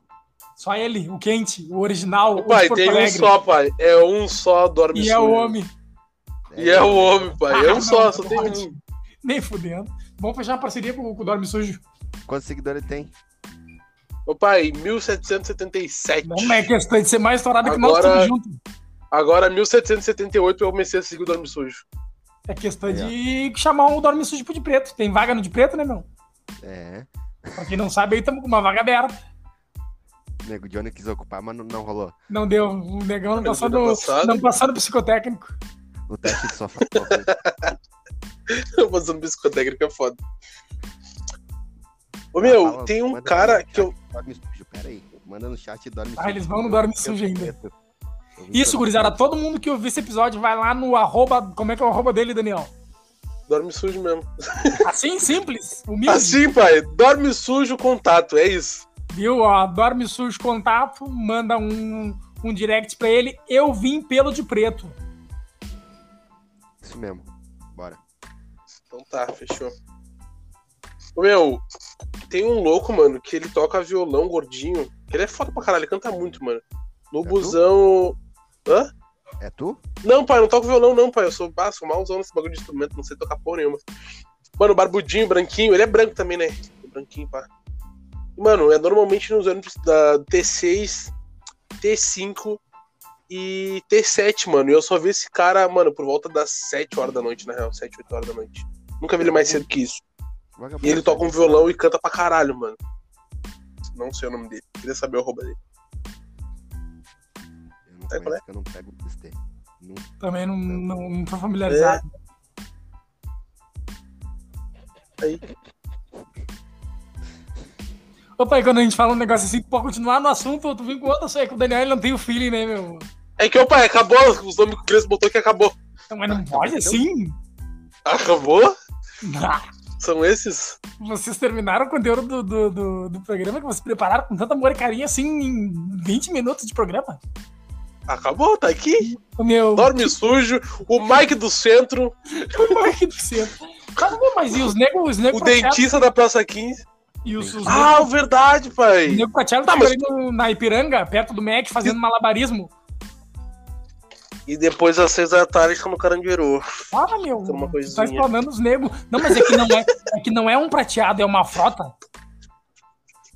B: Só ele, o quente, o original, o de
C: Pai,
B: Porto
C: tem um
B: Alegre.
C: só, pai. É um só dorme
B: E
C: sujo.
B: é o homem.
C: E é o homem, pai. É
B: [LAUGHS] Ah,
C: um só,
B: não,
C: só
B: não
C: tem
B: pode.
C: um.
B: Nem fudendo. Vamos fechar a parceria com, com o Dorme Sujo.
A: Quantos seguidores tem?
C: Ô, pai, 1777.
B: Não é questão de ser mais estourado que nós
C: Agora-
B: todos juntos.
C: Agora, 1778, eu comecei a seguir o Dorme Sujo. [LAUGHS]
B: É questão de chamar um Dorme Sujo pro de preto. Tem vaga no de preto, né, meu?
A: É.
B: Pra quem não sabe, aí estamos com uma vaga aberta.
A: Nego Johnny quis ocupar, mas não, não rolou.
B: Não deu. O negão não
C: Não
B: passou
C: deu
B: no,
C: tá passado.
B: não passou no psicotécnico.
A: O teste de sofá.
C: Fazendo psicotécnica é foda. Ô, meu,
A: Fala,
C: tem um
A: manda
C: cara
A: no
C: que eu.
A: chat, Dorme sujo, peraí. Manda no chat e dorme
B: Ah, eles vão no dorme sujo ainda.
A: Eu vi
B: Isso,
A: pelo-
B: gurizada.
C: tá
B: Todo mundo que ouvir esse episódio vai lá no arroba. Como é que é o arroba dele, Daniel?
C: Dorme sujo mesmo.
B: Assim, [LAUGHS] simples. Humilde.
C: Assim, pai, dorme sujo contato, é isso.
B: Viu? Ó, dorme sujo contato, manda um, um direct pra ele. Eu vim pelo de preto.
A: Isso mesmo. Bora.
C: Então tá, fechou. Ô, meu, tem um louco, mano, que ele toca violão gordinho. Ele é foda pra caralho, ele canta muito, mano. No
A: tu?
C: busão. Hã?
A: É tu?
C: Não, pai, eu não toco violão, não, pai. Eu sou, ah, sou malzão nesse bagulho de instrumento, não sei tocar porra nenhuma. Mano, barbudinho, branquinho, ele é branco também, né? Branquinho, pá. Mano, é normalmente nos anos da T6, T5 e T7, mano. E eu só vi esse cara, mano, por volta das 7 horas da noite, na real, 7, 8 horas da noite. Nunca vi ele mais cedo que isso.
A: Vagabundo.
C: E ele toca um violão e canta pra caralho, mano. Não sei o nome dele. Queria saber o arroba dele.
A: Eu não
C: Sabe
A: conheço,
C: qual
A: que eu não pego o ST. Não-
B: Também
C: É.
B: não, não, não tô familiarizado.
C: É. Aí.
B: Opa, e quando a gente fala um negócio assim, tu pode continuar no assunto, ou tu vem com outro, sei que o Daniel ele não tem o feeling, né, meu?
C: É que, ô pai, acabou os nomes que o Cris botou que acabou.
B: Então, mas não
A: Ah,
B: pode
A: então-
B: assim?
C: Acabou?
B: Ah,
C: São esses?
B: Vocês terminaram o conteúdo do, do, do, do programa que vocês prepararam com tanto amor e carinho assim em 20 minutos de programa?
C: Acabou, tá aqui.
B: O meu.
C: Dorme sujo. O Mike do centro.
B: Como é [LAUGHS] que tu senta? Tá bom, mas e os negros? Os negros
C: O dentista da Praça 15.
B: E os, os
C: Ah, verdade, pai.
B: O Nego Catielo
C: Tá,
B: tava
C: mas-
B: ali no- na Ipiranga, perto do Mac, fazendo malabarismo.
C: E depois às seis da tarde tá no Carangueiro.
B: Ah, meu.
C: Tem é uma
B: Tá
C: coisinha.
B: explanando os negros. Não, mas é que não é, é que não é um prateado, é uma frota.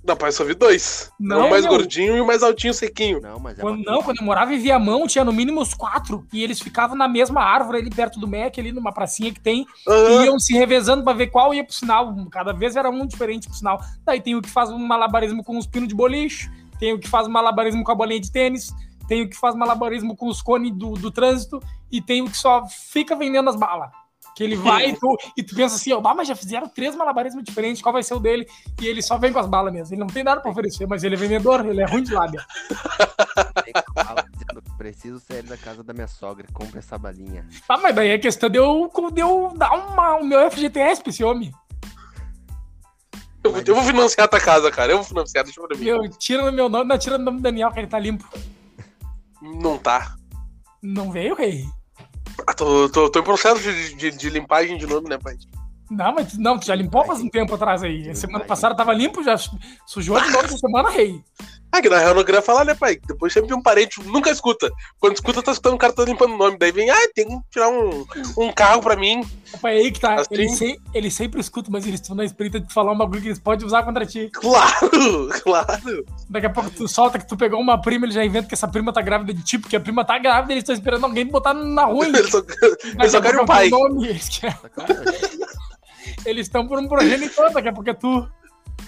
C: Não, pai, só vi dois.
B: Não,
C: Não, o mais
B: meu.
C: gordinho e o mais altinho, sequinho.
A: Não, mas é
B: Quando,
A: uma-
B: não, quando eu morava em Viamão, tinha no mínimo os quatro. E eles ficavam na mesma árvore ali perto do Mac, ali numa pracinha que tem. E
C: Aham.
B: iam se revezando pra ver qual ia pro sinal. Cada vez era um diferente pro sinal. Daí tem o que faz um malabarismo com os pinos de boliche, tem o que faz um malabarismo com a bolinha de tênis, tem o que faz malabarismo com os cones do, do trânsito e tem o que só fica vendendo as balas. Que ele vai e tu, e tu pensa assim, ó, "Bah, mas já fizeram três malabarismos diferentes, qual vai ser o dele? E ele só vem com as balas mesmo. Ele não tem nada pra oferecer, mas ele é vendedor, ele é ruim de lábia.
A: Tem cavalo dizendo, preciso sair da casa da minha sogra, compra essa balinha.
B: Ah, mas daí a questão deu eu dar uma, o meu FGTS pra esse homem.
C: Eu, vou- eu vou financiar a tua casa, cara. Eu vou financiar, deixa pra mim.
B: Eu tiro no meu nome, não tira no nome do Daniel, que ele tá limpo.
C: Não tá.
B: Não veio, rei?
C: Ah, tô, tô, tô em processo de, de, de limpagem de nome, né, pai?
B: Não, mas tu- não, tu já limpou faz um tempo atrás aí. Semana passada tava limpo, já su- sujou de novo essa semana, rei.
C: Ah, que na real eu não queria falar, né, pai? Depois sempre um parente nunca escuta. Quando escuta, tá escutando o cara tá limpando o nome. Daí vem, ah, tem que tirar um, um carro pra mim. [LAUGHS]
B: Opa, é aí que tá.
C: Assim?
B: Ele, se- ele sempre escuta, mas eles estão na espreita de falar um bagulho que eles podem usar contra ti.
C: Claro, [LAUGHS] claro.
B: Daqui a pouco tu solta que tu pegou uma prima, ele já inventa que essa prima tá grávida de tipo, que a prima tá grávida, eles estão esperando alguém botar na rua.
C: [LAUGHS]
B: hein?
C: Eles só, eles
B: Daqui
C: só
B: a
C: querem um
B: pouco é
C: pai.
B: o nome, eles querem-
A: Só que eu não achei.
B: Eles estão por um progenitor, daqui a pouco é tu.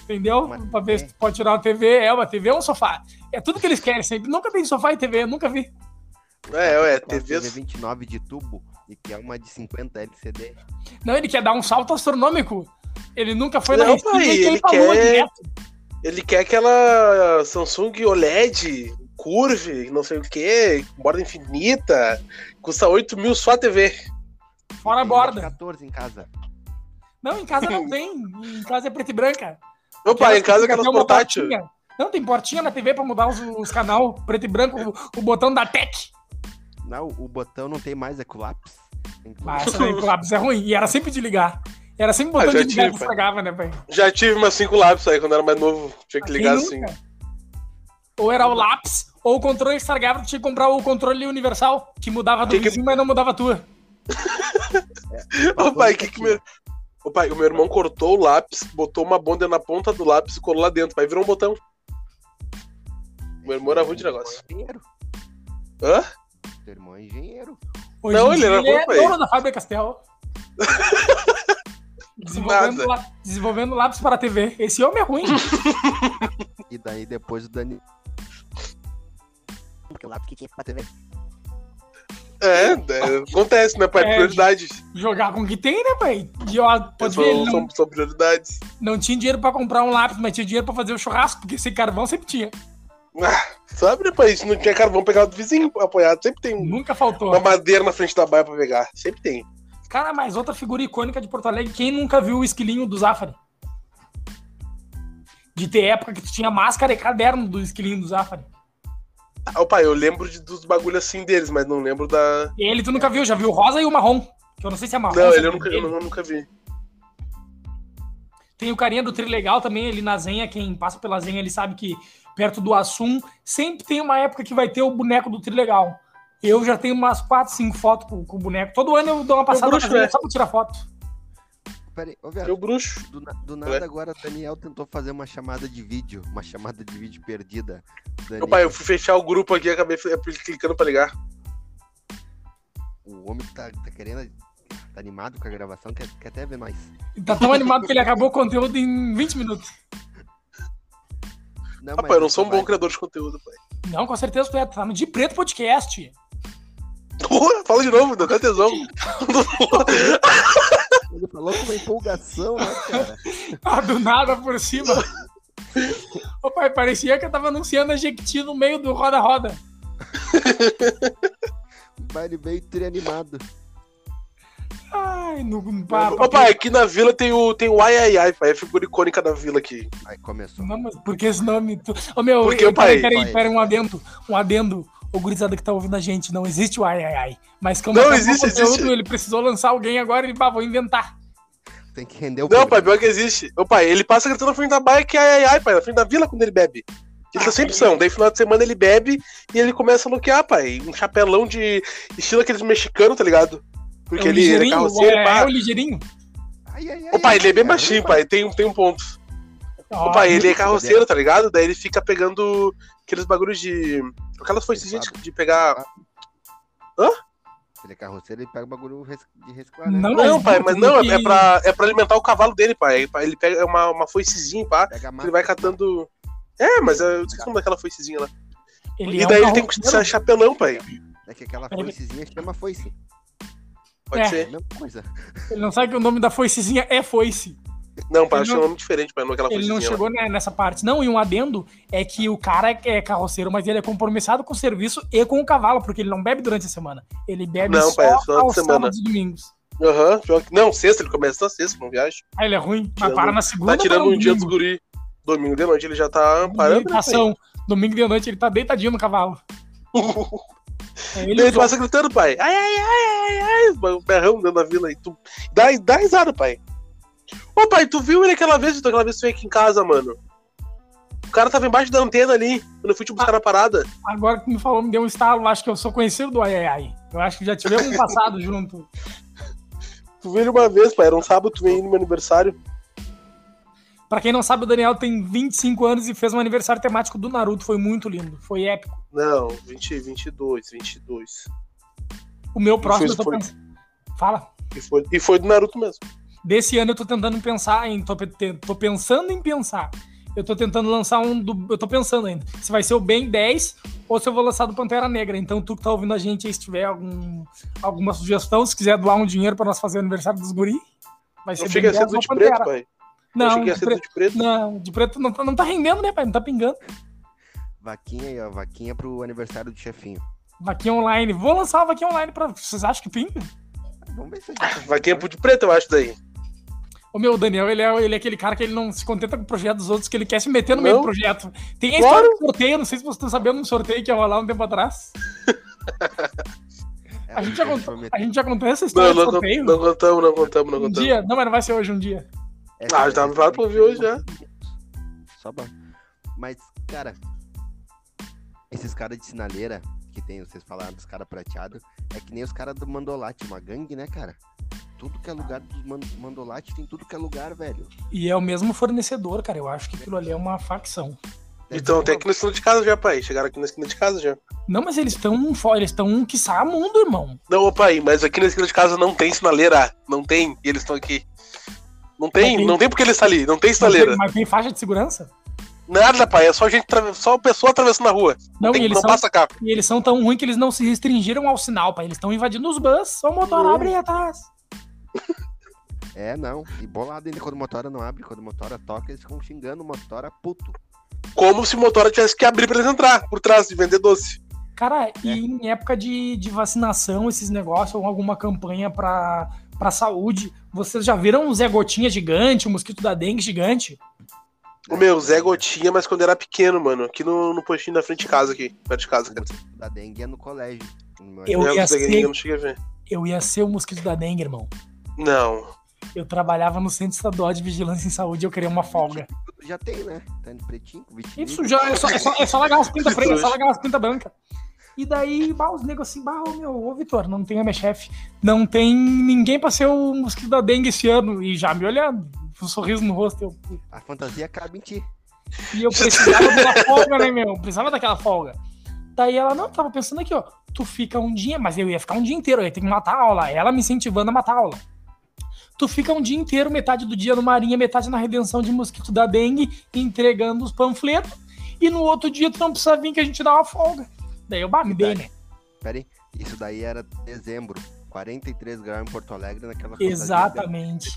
B: Entendeu?
A: Uma
B: pra ver
A: TV.
B: se tu pode tirar uma TV. É, uma TV é um sofá. É tudo que eles querem sempre. Nunca tem sofá e TV, eu nunca vi.
C: É, ué,
A: Tem um uma
C: TV.
A: TV 29 de tubo e que é uma de 50 LCD.
B: Não, ele quer dar um salto astronômico. Ele nunca foi na
C: Não,
B: Restinga
C: pai,
B: e quer ir
C: ele
B: pra lua
C: quer-
B: direto.
C: Ele quer aquela Samsung OLED, curve, não sei o que, borda infinita, custa 8 mil só a TV.
A: Tem uma
B: Fora a
A: de
B: borda.
A: 14 em casa.
B: Não, em casa não tem. Em casa é preto e branca.
C: Meu pai, em casa é
B: Tem
C: aquelas
B: uma
C: portátil.
B: portinha. Não, tem portinha na TV pra mudar os, os canal preto e branco, o, o botão da Tech.
A: Não, o botão não tem mais, é com lápis. Tem que-
B: Mas essa
C: [LAUGHS]
B: daí pro lápis é ruim. E era sempre de ligar. Era sempre o
C: Ah,
B: botão
C: já
B: de ligar
C: tive,
B: que
C: pai.
B: estragava, né, pai?
C: Já tive umas 5 lápis aí quando era mais novo. Tinha que
B: Quem
C: ligar assim.
B: nunca? Ou era o lápis, ou o controle estragava, tu tinha que comprar o controle universal, que mudava do
C: Tinha que-
B: vizinho, mas não mudava a tua.
C: Ô pai, que que meu... Ô, pai, o meu irmão cortou o lápis, botou uma bonda na ponta do lápis e colou lá dentro. Pai, virou um botão. Meu irmão era ruim de negócio.
A: Teu é Engenheiro.
C: Hã?
A: Teu irmão é engenheiro.
B: Hoje
C: Não,
B: em
C: ele
B: dia
C: era
B: é
C: ruim, pai.
B: dono da Fábio Castel.
C: [LAUGHS]
B: desenvolvendo,
C: Nada.
B: lá- desenvolvendo lápis para a TV. Esse homem é
C: [LAUGHS]
B: ruim.
A: E daí depois o Dani. Porque o lápis que tinha pra TV.
C: É, é, acontece, né, pai?
B: É.
C: Prioridades.
B: Jogar com o que tem, né, pai? E, ó, pode ver,
C: São,
B: ele não,
C: são, são prioridades.
B: não tinha dinheiro para comprar um lápis, mas tinha dinheiro para fazer o churrasco, porque esse carvão sempre tinha.
C: Ah, sabe, né, pai? Se não tinha carvão, pegava do vizinho apoiado. Sempre tem um-
B: Nunca faltou.
C: uma madeira na frente da baia pra pegar. Sempre tem.
B: Cara, mas outra figura icônica de Porto Alegre, quem nunca viu o esquilinho do Zafari? De ter época que tu tinha máscara e caderno do esquilinho do Zafari.
C: Ah, ô, pai, eu lembro de- dos bagulhos assim deles, mas não lembro da.
B: E ele tu nunca viu, já viu o rosa e o marrom. Que eu não sei se é marrom.
C: Não,
B: se é
C: ele eu nunca, eu
B: vermelho.
C: não- eu nunca vi.
B: Tem o carinha do Trilegal também, ele na Zenha, quem passa pela Zenha, ele sabe que perto do Assum sempre tem uma época que vai ter o boneco do Trilegal. Eu já tenho umas 4, 5 fotos com, com o boneco. Todo ano eu dou uma passada na
C: bruxo,
B: Zenha
C: né?
B: só pra tirar foto.
A: Peraí, ô
C: Meu
A: velho.
C: bruxo.
A: Do, na- do nada agora o Daniel tentou fazer uma chamada de vídeo. Uma chamada de vídeo perdida. Daniel,
C: Meu pai, eu fui fechar o grupo aqui e acabei fl- clicando pra ligar.
A: O homem tá, tá querendo. Tá animado com a gravação, quer, quer até ver nós.
B: Ele Tá tão animado que ele acabou o conteúdo em 20 minutos.
A: Não,
C: Ah,
A: mas
C: pai, eu não
A: isso
C: sou um
A: vai-
C: bom criador de conteúdo, pai.
B: Não, com certeza tu é. Tá no De Preto Podcast.
C: Porra, fala de novo, dá até tesão.
A: Ele falou com uma empolgação, né, cara?
B: Ah, do nada por cima. Ô pai, parecia que eu tava anunciando a Jequiti no meio do roda-roda.
A: Um baile meio trianimado.
B: Ai, no pá,
C: Ô, pai, aqui na vila tem o, tem o ai ai ai, pai. É a figura icônica da vila aqui.
A: Aí começou.
B: Não, mas por que esse nome? Tu... Ô meu,
C: Por que,
B: eu- peraí,
C: pai?
B: peraí,
A: Pai.
B: peraí, um adendo. Um adendo. O gurizada que tá ouvindo a gente, não existe o ai ai ai. Mas como
C: Não
B: acabou o
C: existe, existe.
B: ele precisou lançar alguém agora, ele, pá, vou inventar.
A: Tem que render o
C: Não, pai,
A: programa.
C: pior que existe. Ô, pai, ele passa gritando na frente da baia que é ai ai ai, pai, na frente da vila quando ele bebe. Eles tá sempre são. Daí, final de semana, ele bebe e ele começa a loquear, pai. Um chapelão de estilo aqueles mexicanos, tá ligado? Porque
B: é o
C: ele, ele é
B: ligeirinho, o
C: carroceiro,
B: ai, ai, é o
C: pá.
B: ligeirinho.
A: Ai, ai, ai,
C: Ô, pai, ele é bem
A: ai,
C: baixinho, pai. Tem, um- tem um ponto.
B: Ó,
C: Opa, ele é
A: Ah, muito
C: carroceiro, tá ligado? Daí ele fica pegando aqueles bagulhos de. Aquelas foices de,
A: Claro.
C: de pegar.
A: Ele é carroceiro, ele pega o bagulho res- de reciclar, né?
B: Não,
C: Não, pai, mas não, é,
B: que-
C: é, pra, é pra alimentar o cavalo dele, pai. Ele pega uma, uma foicezinha, pá.
A: Pega a mata.
C: Ele vai catando. É, mas é, eu esqueci o nome daquela foicezinha lá.
B: Ele
C: E
B: é um
C: daí ele tem
B: carroceiro.
C: que ser chapelão, pai.
A: É que aquela
B: Peraí.
A: foicezinha chama foice.
C: Pode
B: É.
A: É a
C: ser.
A: mesma coisa.
B: Ele não sabe que o nome da foicezinha é foice.
C: Não, pai,
B: Ele
C: achei um
B: não-
C: nome diferente, pai, não aquela
B: Ele
C: coisinha.
B: não chegou né, nessa parte. Não, e um adendo é que o cara é carroceiro, mas ele é compromissado com o serviço e com o cavalo, porque ele não bebe durante a semana. Ele bebe
C: Não,
B: só,
C: pai, é só de
B: aos
C: semana.
B: sábados e domingos.
C: Aham, pior que- não, sexta, ele começa na sexta, não viaja.
B: Ah, ele é ruim, mas
C: Tirando-
B: para na segunda.
C: Tá tirando
B: para no
C: um dia dos
B: domingo.
C: guri. Domingo de noite ele já tá parando. né, pai?
B: Ação. Domingo de noite ele tá deitadinho no cavalo. É ele
C: Ele,
B: e
C: ele
B: o Zorro.
C: passa gritando, pai. Ai, ai, ai, ai, ai. Um berrão dentro da vila aí. Tu... Dá, dá risada, pai. Ô, pai, tu viu ele aquela vez? Então, aquela vez que tu veio aqui em casa, mano. O cara tava embaixo da antena ali. Quando eu fui te buscar na parada.
B: Agora que me falou, me deu um estalo, acho que eu sou conhecido do Ai Ai Ai. Eu acho que já tivemos um passado junto.
C: Tu viu ele uma vez, pai. Era um sábado, tu veio no meu aniversário.
B: Pra quem não sabe, o Daniel tem 25 anos e fez um aniversário temático do Naruto. Foi muito lindo, foi épico.
C: Não, 20, 22, 22.
B: O meu próximo
C: Foi-
B: eu tô
C: foi-
B: pensando. Fala.
C: E foi, e foi do Naruto mesmo.
B: Desse ano eu tô tentando pensar em. Tô, pe- te- tô pensando em pensar. Eu tô tentando lançar um do. Eu tô pensando ainda. Se vai ser o Ben 10 ou se eu vou lançar do Pantera Negra. Então, tu que tá ouvindo a gente aí, se tiver algum, alguma sugestão, se quiser doar um dinheiro pra nós fazer o aniversário dos guri, vai ser
C: Não cheguei a ser do de preto, pai. Não,
B: Não,
C: cheguei a
B: de
C: ser do
B: preto,
C: de preto.
B: não, de preto não, tá- não tá rendendo, né, pai? Não tá pingando.
A: Vaquinha aí, ó. Vaquinha pro aniversário do chefinho.
B: Vaquinha online. Vou lançar a vaquinha online pra. Vocês acham que pinga?
A: Vamos ver se a gente-
C: Vai quem é pro de preto, eu acho, daí.
B: O meu, o Daniel, ele é, ele é aquele cara que ele não se contenta com o projeto dos outros, que ele quer se meter no meio
C: Não.
B: do projeto. Tem a
C: Claro.
B: história do sorteio, não sei se vocês estão sabendo um sorteio que ia rolar um tempo atrás.
A: é,
B: A gente já
A: foi
B: contou,
A: met-
B: a gente já contou essa história
C: Não,
B: do
C: não,
B: sorteio.
C: não, não contamos, não contamos, não
B: um
C: contamos.
B: dia, não, mas não vai ser hoje um dia.
A: é,
C: Ah, já tava pra ouvir hoje, né?
A: assim, Só pra... Mas, cara, esses caras de sinaleira que tem, vocês falaram dos caras prateados, é que nem os caras do Mandolate, uma gangue, né, cara? Tudo que é lugar dos man- Mandolate tem tudo que é lugar, velho.
B: E é o mesmo fornecedor, cara. Eu acho que aquilo ali é uma facção.
A: Deve
C: Então,
A: ter
C: até aqui na esquina de casa já, pai. Chegaram aqui na esquina de casa já.
B: Não, mas eles estão um fo- eles estão um quiçá mundo, irmão.
C: Não, ô, pai, mas aqui na esquina de casa não tem sinaleira. Não tem. E eles estão aqui. Não
B: Não
C: tem,
B: tem.
C: não tem porque eles estão ali. Não tem
B: Mas
C: sinaleira.
B: tem, mas tem faixa de segurança?
C: Nada, pai. É só gente, tra- só pessoa atravessando a rua. Não,
B: Não,
C: tem,
B: e eles
C: não
B: são
C: passa carro.
B: E eles são tão ruins que eles não se restringiram ao sinal, pai. Eles estão invadindo os bus, só o motor
C: Não.
B: abre aí atrás.
A: É, não. E bolado ainda quando o motora não abre, quando o motora toca, eles ficam xingando o motora puto.
C: Como se o motora tivesse que abrir pra eles entrar por trás de vender doce.
B: Cara, e em época de, de vacinação, esses negócios, ou alguma campanha pra, pra saúde, vocês já viram um Zé Gotinha gigante, um mosquito da dengue gigante?
C: O meu, Zé Gotinha, mas quando era pequeno, mano. Aqui no, no postinho da frente de casa, aqui. Perto de casa, cara.
A: Da dengue é no colégio. No-
B: Eu-
C: Não,
B: ia
C: Zé
B: ser-
C: Gotinha, eu não cheguei a ver.
B: Eu ia ser o mosquito da dengue, irmão.
C: Não.
B: Eu trabalhava no Centro Estadual de Vigilância em Saúde e eu queria uma folga.
A: Já tem, né? Tá de pretinho, com vitiligo.
B: Isso já é só, é só, é só largar as pintas pretas, é só largar as pintas brancas. E daí, bah, os negros assim, bah, ô, meu, ô Vitor, não tem a minha chefe, não tem ninguém pra ser o mosquito da dengue esse ano. E já me olhando, com um sorriso no rosto, eu,
A: A fantasia cabe em ti.
B: E eu precisava de uma folga, né, meu? Eu Precisava daquela folga. Daí ela, não, tava pensando aqui, ó. Tu fica um dia, mas eu ia ficar um dia inteiro, eu ia ter que matar a aula. Ela me incentivando a matar a aula. Tu fica um dia inteiro, metade do dia no Marinha, metade na redenção de mosquito da dengue, entregando os panfletos. E no outro dia tu não precisa vir que a gente dá uma folga. Daí eu, bah, me dei, né?
A: Pera aí. Isso daí era dezembro. 43 graus em Porto Alegre naquela fantasia
B: Exatamente.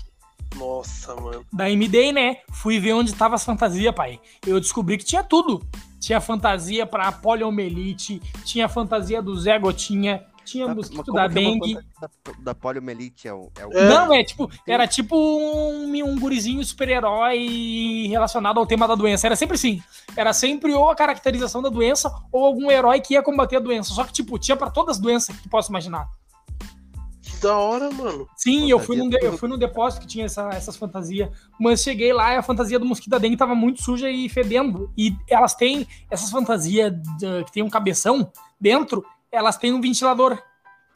C: Nossa, mano.
B: Daí me dei, né? Fui ver onde tava as fantasias, pai. Eu descobri que tinha tudo. Tinha fantasia pra poliomielite, tinha fantasia do Zé Gotinha, tinha
A: Tá, mas
B: mosquito
A: como
B: da
A: que é uma
B: dengue.
A: fantasia Da, da poliomielite é o. É o
C: É.
B: Não, é tipo, era tipo um, um gurizinho super-herói relacionado ao tema da doença. Era sempre assim. Era sempre ou a caracterização da doença ou algum herói que ia combater a doença. Só que, tipo, tinha pra todas as doenças que tu possa imaginar.
C: Que da hora, mano.
B: Sim, eu fui,
A: Fantasia
B: num, de-
A: tudo.
B: eu fui num depósito que tinha essa- essas fantasias, mas cheguei lá e a fantasia do mosquito da dengue tava muito suja e fedendo. E elas têm, essas fantasias da- que tem um cabeção dentro, elas têm um ventilador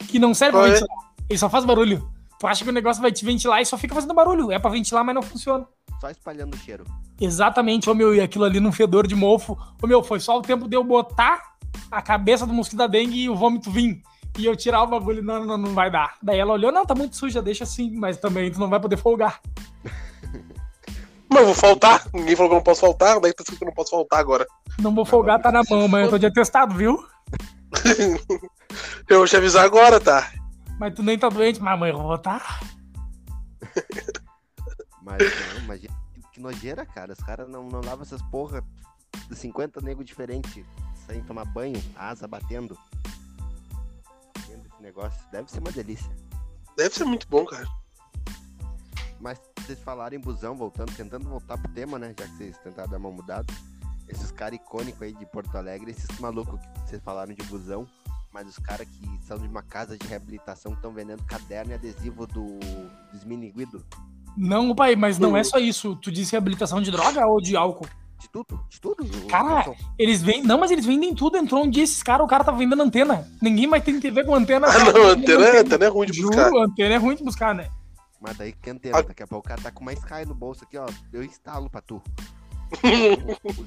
B: que não serve pra
C: Ah, é?
B: ventilar, ele só faz barulho. Tu acha que o negócio vai te ventilar e só fica fazendo barulho. É pra ventilar, mas não funciona.
A: Só espalhando o cheiro.
B: Exatamente, ô meu, e aquilo ali num fedor de mofo. Ô meu, foi só o tempo de eu botar a cabeça do mosquito da dengue e o vômito vir. E eu tirar o bagulho, não, não, não vai dar. Daí ela olhou, não, tá muito suja, deixa assim, mas também tu não vai poder folgar.
C: Mas eu vou faltar. Ninguém falou que eu não posso faltar. Daí tá escrito que eu não posso faltar agora.
B: Não vou folgar, tá na mão, mas eu
C: [LAUGHS]
B: tô de atestado, viu?
C: Eu vou te avisar agora, tá?
B: Mas tu nem tá doente, mas mãe, eu vou votar.
A: Mas não, imagina que- que nojeira, cara. Os caras não, não lavam essas porra de 50 nego diferente sem tomar banho, asa batendo. Vendo Esse negócio deve ser uma delícia.
C: Deve ser muito bom, cara.
A: Mas vocês falaram em busão, voltando, tentando voltar pro tema, né? Já que vocês tentaram dar uma mudada. Esses caras icônicos aí de Porto Alegre, esses malucos que vocês falaram de busão, mas os caras que são de uma casa de reabilitação estão vendendo caderno e adesivo do, do Sminiguido.
B: Não, pai, mas não é só isso. Tu disse reabilitação de droga ou de álcool?
A: De tudo, de tudo. o-
B: Cara,
A: o-
B: Eles vendem. Não, mas eles vendem tudo. Entrou um dia esses caras, o cara tá vendendo antena. Ninguém mais tem TV com antena.
C: Ah,
B: cara.
C: não, antena, é- antena é ruim de buscar.
B: Juro, antena é ruim de buscar, né?
A: Mas daí que antena, daqui a pouco o cara tá com uma Sky no bolso aqui, ó. Eu instalo pra tu.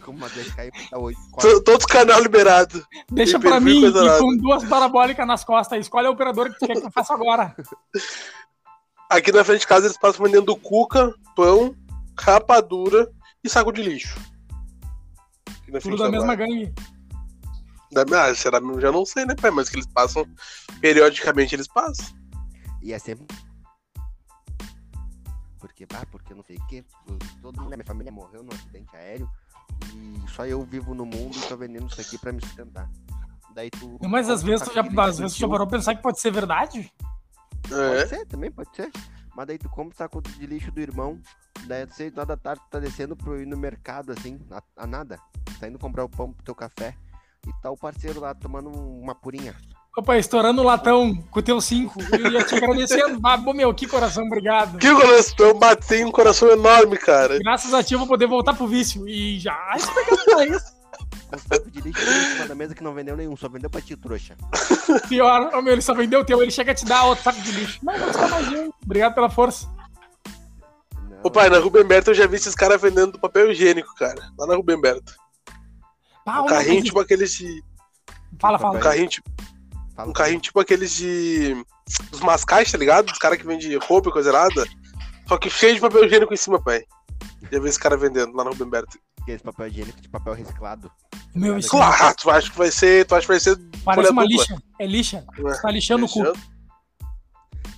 A: com uma Sky pra oito, quatro.
C: T- Todos os canal liberado.
B: Deixa
C: Tem
B: pra
C: perfil
B: mim
C: coisa
B: e
C: nada.
B: com duas parabólicas nas costas. Escolhe a operadora que tu quer que eu faça
C: [LAUGHS]
B: agora.
C: Aqui na frente de casa eles passam vendendo cuca, pão, rapadura e saco de lixo. Aqui na
B: Tudo
C: frente
B: da mesma
C: barra.
B: gangue.
C: Da- Ah, será? Já não sei, né, pai? Mas que eles passam. Periodicamente eles passam.
A: E é sempre. Porque, bah, porque eu não sei o quê. Todo mundo da minha família morreu num acidente aéreo. E só eu vivo no mundo e tô vendendo isso aqui pra me sustentar. Daí tu.
B: Mas
C: Tá
B: às vezes tu já,
A: Aquele
B: às vezes tu já
A: infantil-
B: parou pra pensar que pode ser verdade?
A: Pode
C: É.
A: ser, também pode ser. Mas daí tu compra o saco de lixo do irmão, daí às seis horas da tarde tu tá descendo pro ir no mercado, assim, a, a nada. Tá indo comprar o pão pro teu café. E tá o parceiro lá tomando uma purinha.
B: Opa, estourando o latão com o teu 5. Eu ia te
C: [LAUGHS]
B: agradecendo. Ah, bom, meu, que coração, obrigado.
C: Que coração, eu bati um coração enorme, cara.
B: Graças a ti eu vou poder voltar pro vício. E já a explicação é isso.
A: Com o saco de lixo em cima da mesa que não vendeu nenhum, só vendeu pra ti, trouxa.
B: Pior, ô, meu, ele só vendeu o teu, ele chega a te dar outro saco de lixo. Não, vou buscar mais um. Obrigado pela força.
A: Não,
C: Ô, pai, na Rubem Berto eu já vi esses caras vendendo papel higiênico, cara. Lá na Rubem Berto.
B: Pá,
C: Um
B: olha,
C: carrinho
B: mas-
C: tipo aqueles de.
B: Fala,
C: Um
B: fala.
C: carrinho tipo,
A: fala
C: um carrinho tipo aqueles de. Dos mascais, tá ligado? Dos caras que vendem roupa e coisa errada. Só que cheio de papel higiênico em cima, pai. Já vi esse cara vendendo lá na Rubem Berto.
A: Aqueles é papel higiênico de papel reciclado.
B: Meu, isso
C: Tá Claro, tu acha que vai ser. Tu acha que vai ser.
B: parece
C: Olha,
B: uma
C: dupla.
B: lixa. É lixa. Tu tá lixando o cu.
C: Fechando?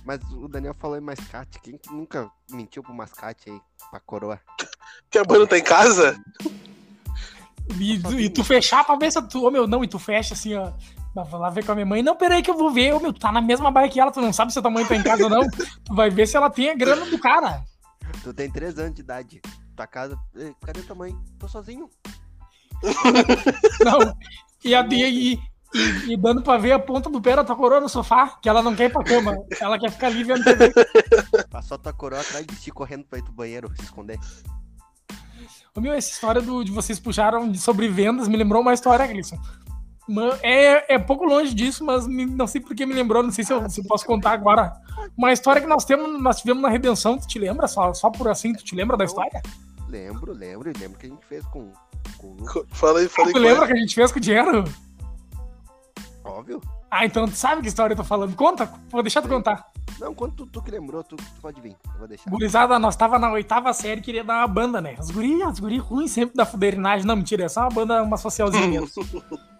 A: Mas o Daniel falou em mascate. Quem que nunca mentiu pro mascate aí, pra coroa?
C: Que a banda tá em casa?
B: E, tu- e tu fechar pra ver se tu. Ô, meu, não, e tu fecha assim, ó. Vai lá ver com a minha mãe. Não, peraí que eu vou ver. Ô, meu, tu tá na mesma baia que ela, tu não sabe se a tua mãe tá em casa ou não. Tu vai ver se ela tem a grana do cara.
A: Tu tem 3 anos de idade. Tua casa. "Ei, Cadê tua mãe? Tô sozinho.
B: Não. E, a, e, e, e- e dando pra ver a ponta do pé da tua coroa no sofá, que ela não quer ir pra cama. Ela quer ficar ali vendo TV.
A: Passou Tá tua coroa atrás de ti correndo pra ir pro banheiro se esconder.
B: Ô, meu, essa história do, de vocês puxaram de sobre vendas me lembrou uma história, Gleison. Uma- É, é pouco longe disso, mas me- não sei porque me lembrou, não sei se eu, se eu posso contar agora. Uma história que nós, temos, nós tivemos na Redenção, tu te lembra? Só, só por assim, tu te lembra da história?
A: Lembro, lembro, e lembro que a gente fez com. com o Lu,
C: Fala aí, fala aí.
B: Tu lembra que a gente fez com o dinheiro?
A: óbvio.
B: Ah, então tu sabe que história eu tô falando. Conta, vou deixar tu contar.
A: Não, quando tu, tu que lembrou, tu, tu pode vir. Eu vou deixar.
B: Gurizada, nós tava na oitava série, queria dar uma banda, né? As guri, as guri ruins sempre da fuderinagem. Não, mentira, é só uma banda, uma socialzinha mesmo.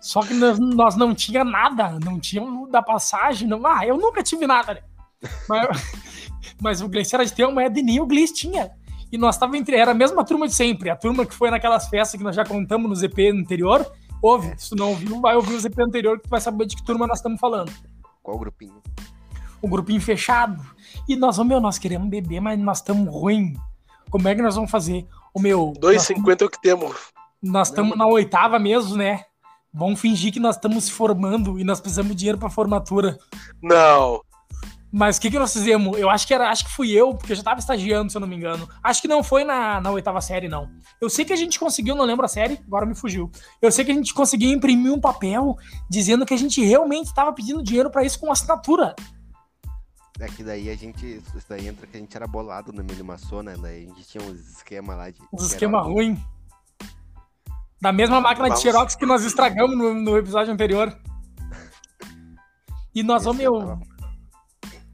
B: Só que nós, nós não tinha nada, não tínhamos da passagem, não. Ah, eu nunca tive nada, né? Mas, [LAUGHS] mas o Gleice era de ter uma moeda e nem o Gleice tinha. E nós tava entre, era a mesma turma de sempre, a turma que foi naquelas festas que nós já contamos no ZP anterior. Ouve, se tu não ouviu, vai ouvir o ZP anterior que tu vai saber de que turma nós estamos falando
A: Qual grupinho?
B: um grupinho fechado. E nós, ô meu, nós queremos beber, mas nós estamos ruim. Como é que nós vamos fazer? Ô meu, nós-
C: 2,50 é o que temos.
B: nós estamos na oitava mesmo, né? Vamos fingir que nós estamos se formando e nós precisamos de dinheiro pra formatura.
C: Não.
B: Mas o que, que nós fizemos? Eu acho que era, acho que fui eu, porque eu já tava estagiando, se eu não me engano. Acho que não foi na, na oitava série, não. Eu sei que a gente conseguiu, não lembro a série, agora me fugiu. Eu sei que a gente conseguiu imprimir um papel dizendo que a gente realmente estava pedindo dinheiro pra isso com assinatura.
A: É que daí a gente. Isso daí entra que a gente era bolado no Minimaçô, né? Daí a gente tinha uns esquema lá de. um
B: Os esquema ruim. Da mesma máquina de
C: Vamos.
B: Xerox que nós estragamos no, no episódio anterior. E nós
A: Esse é
B: vamos.
A: já
B: Eu...
A: tava-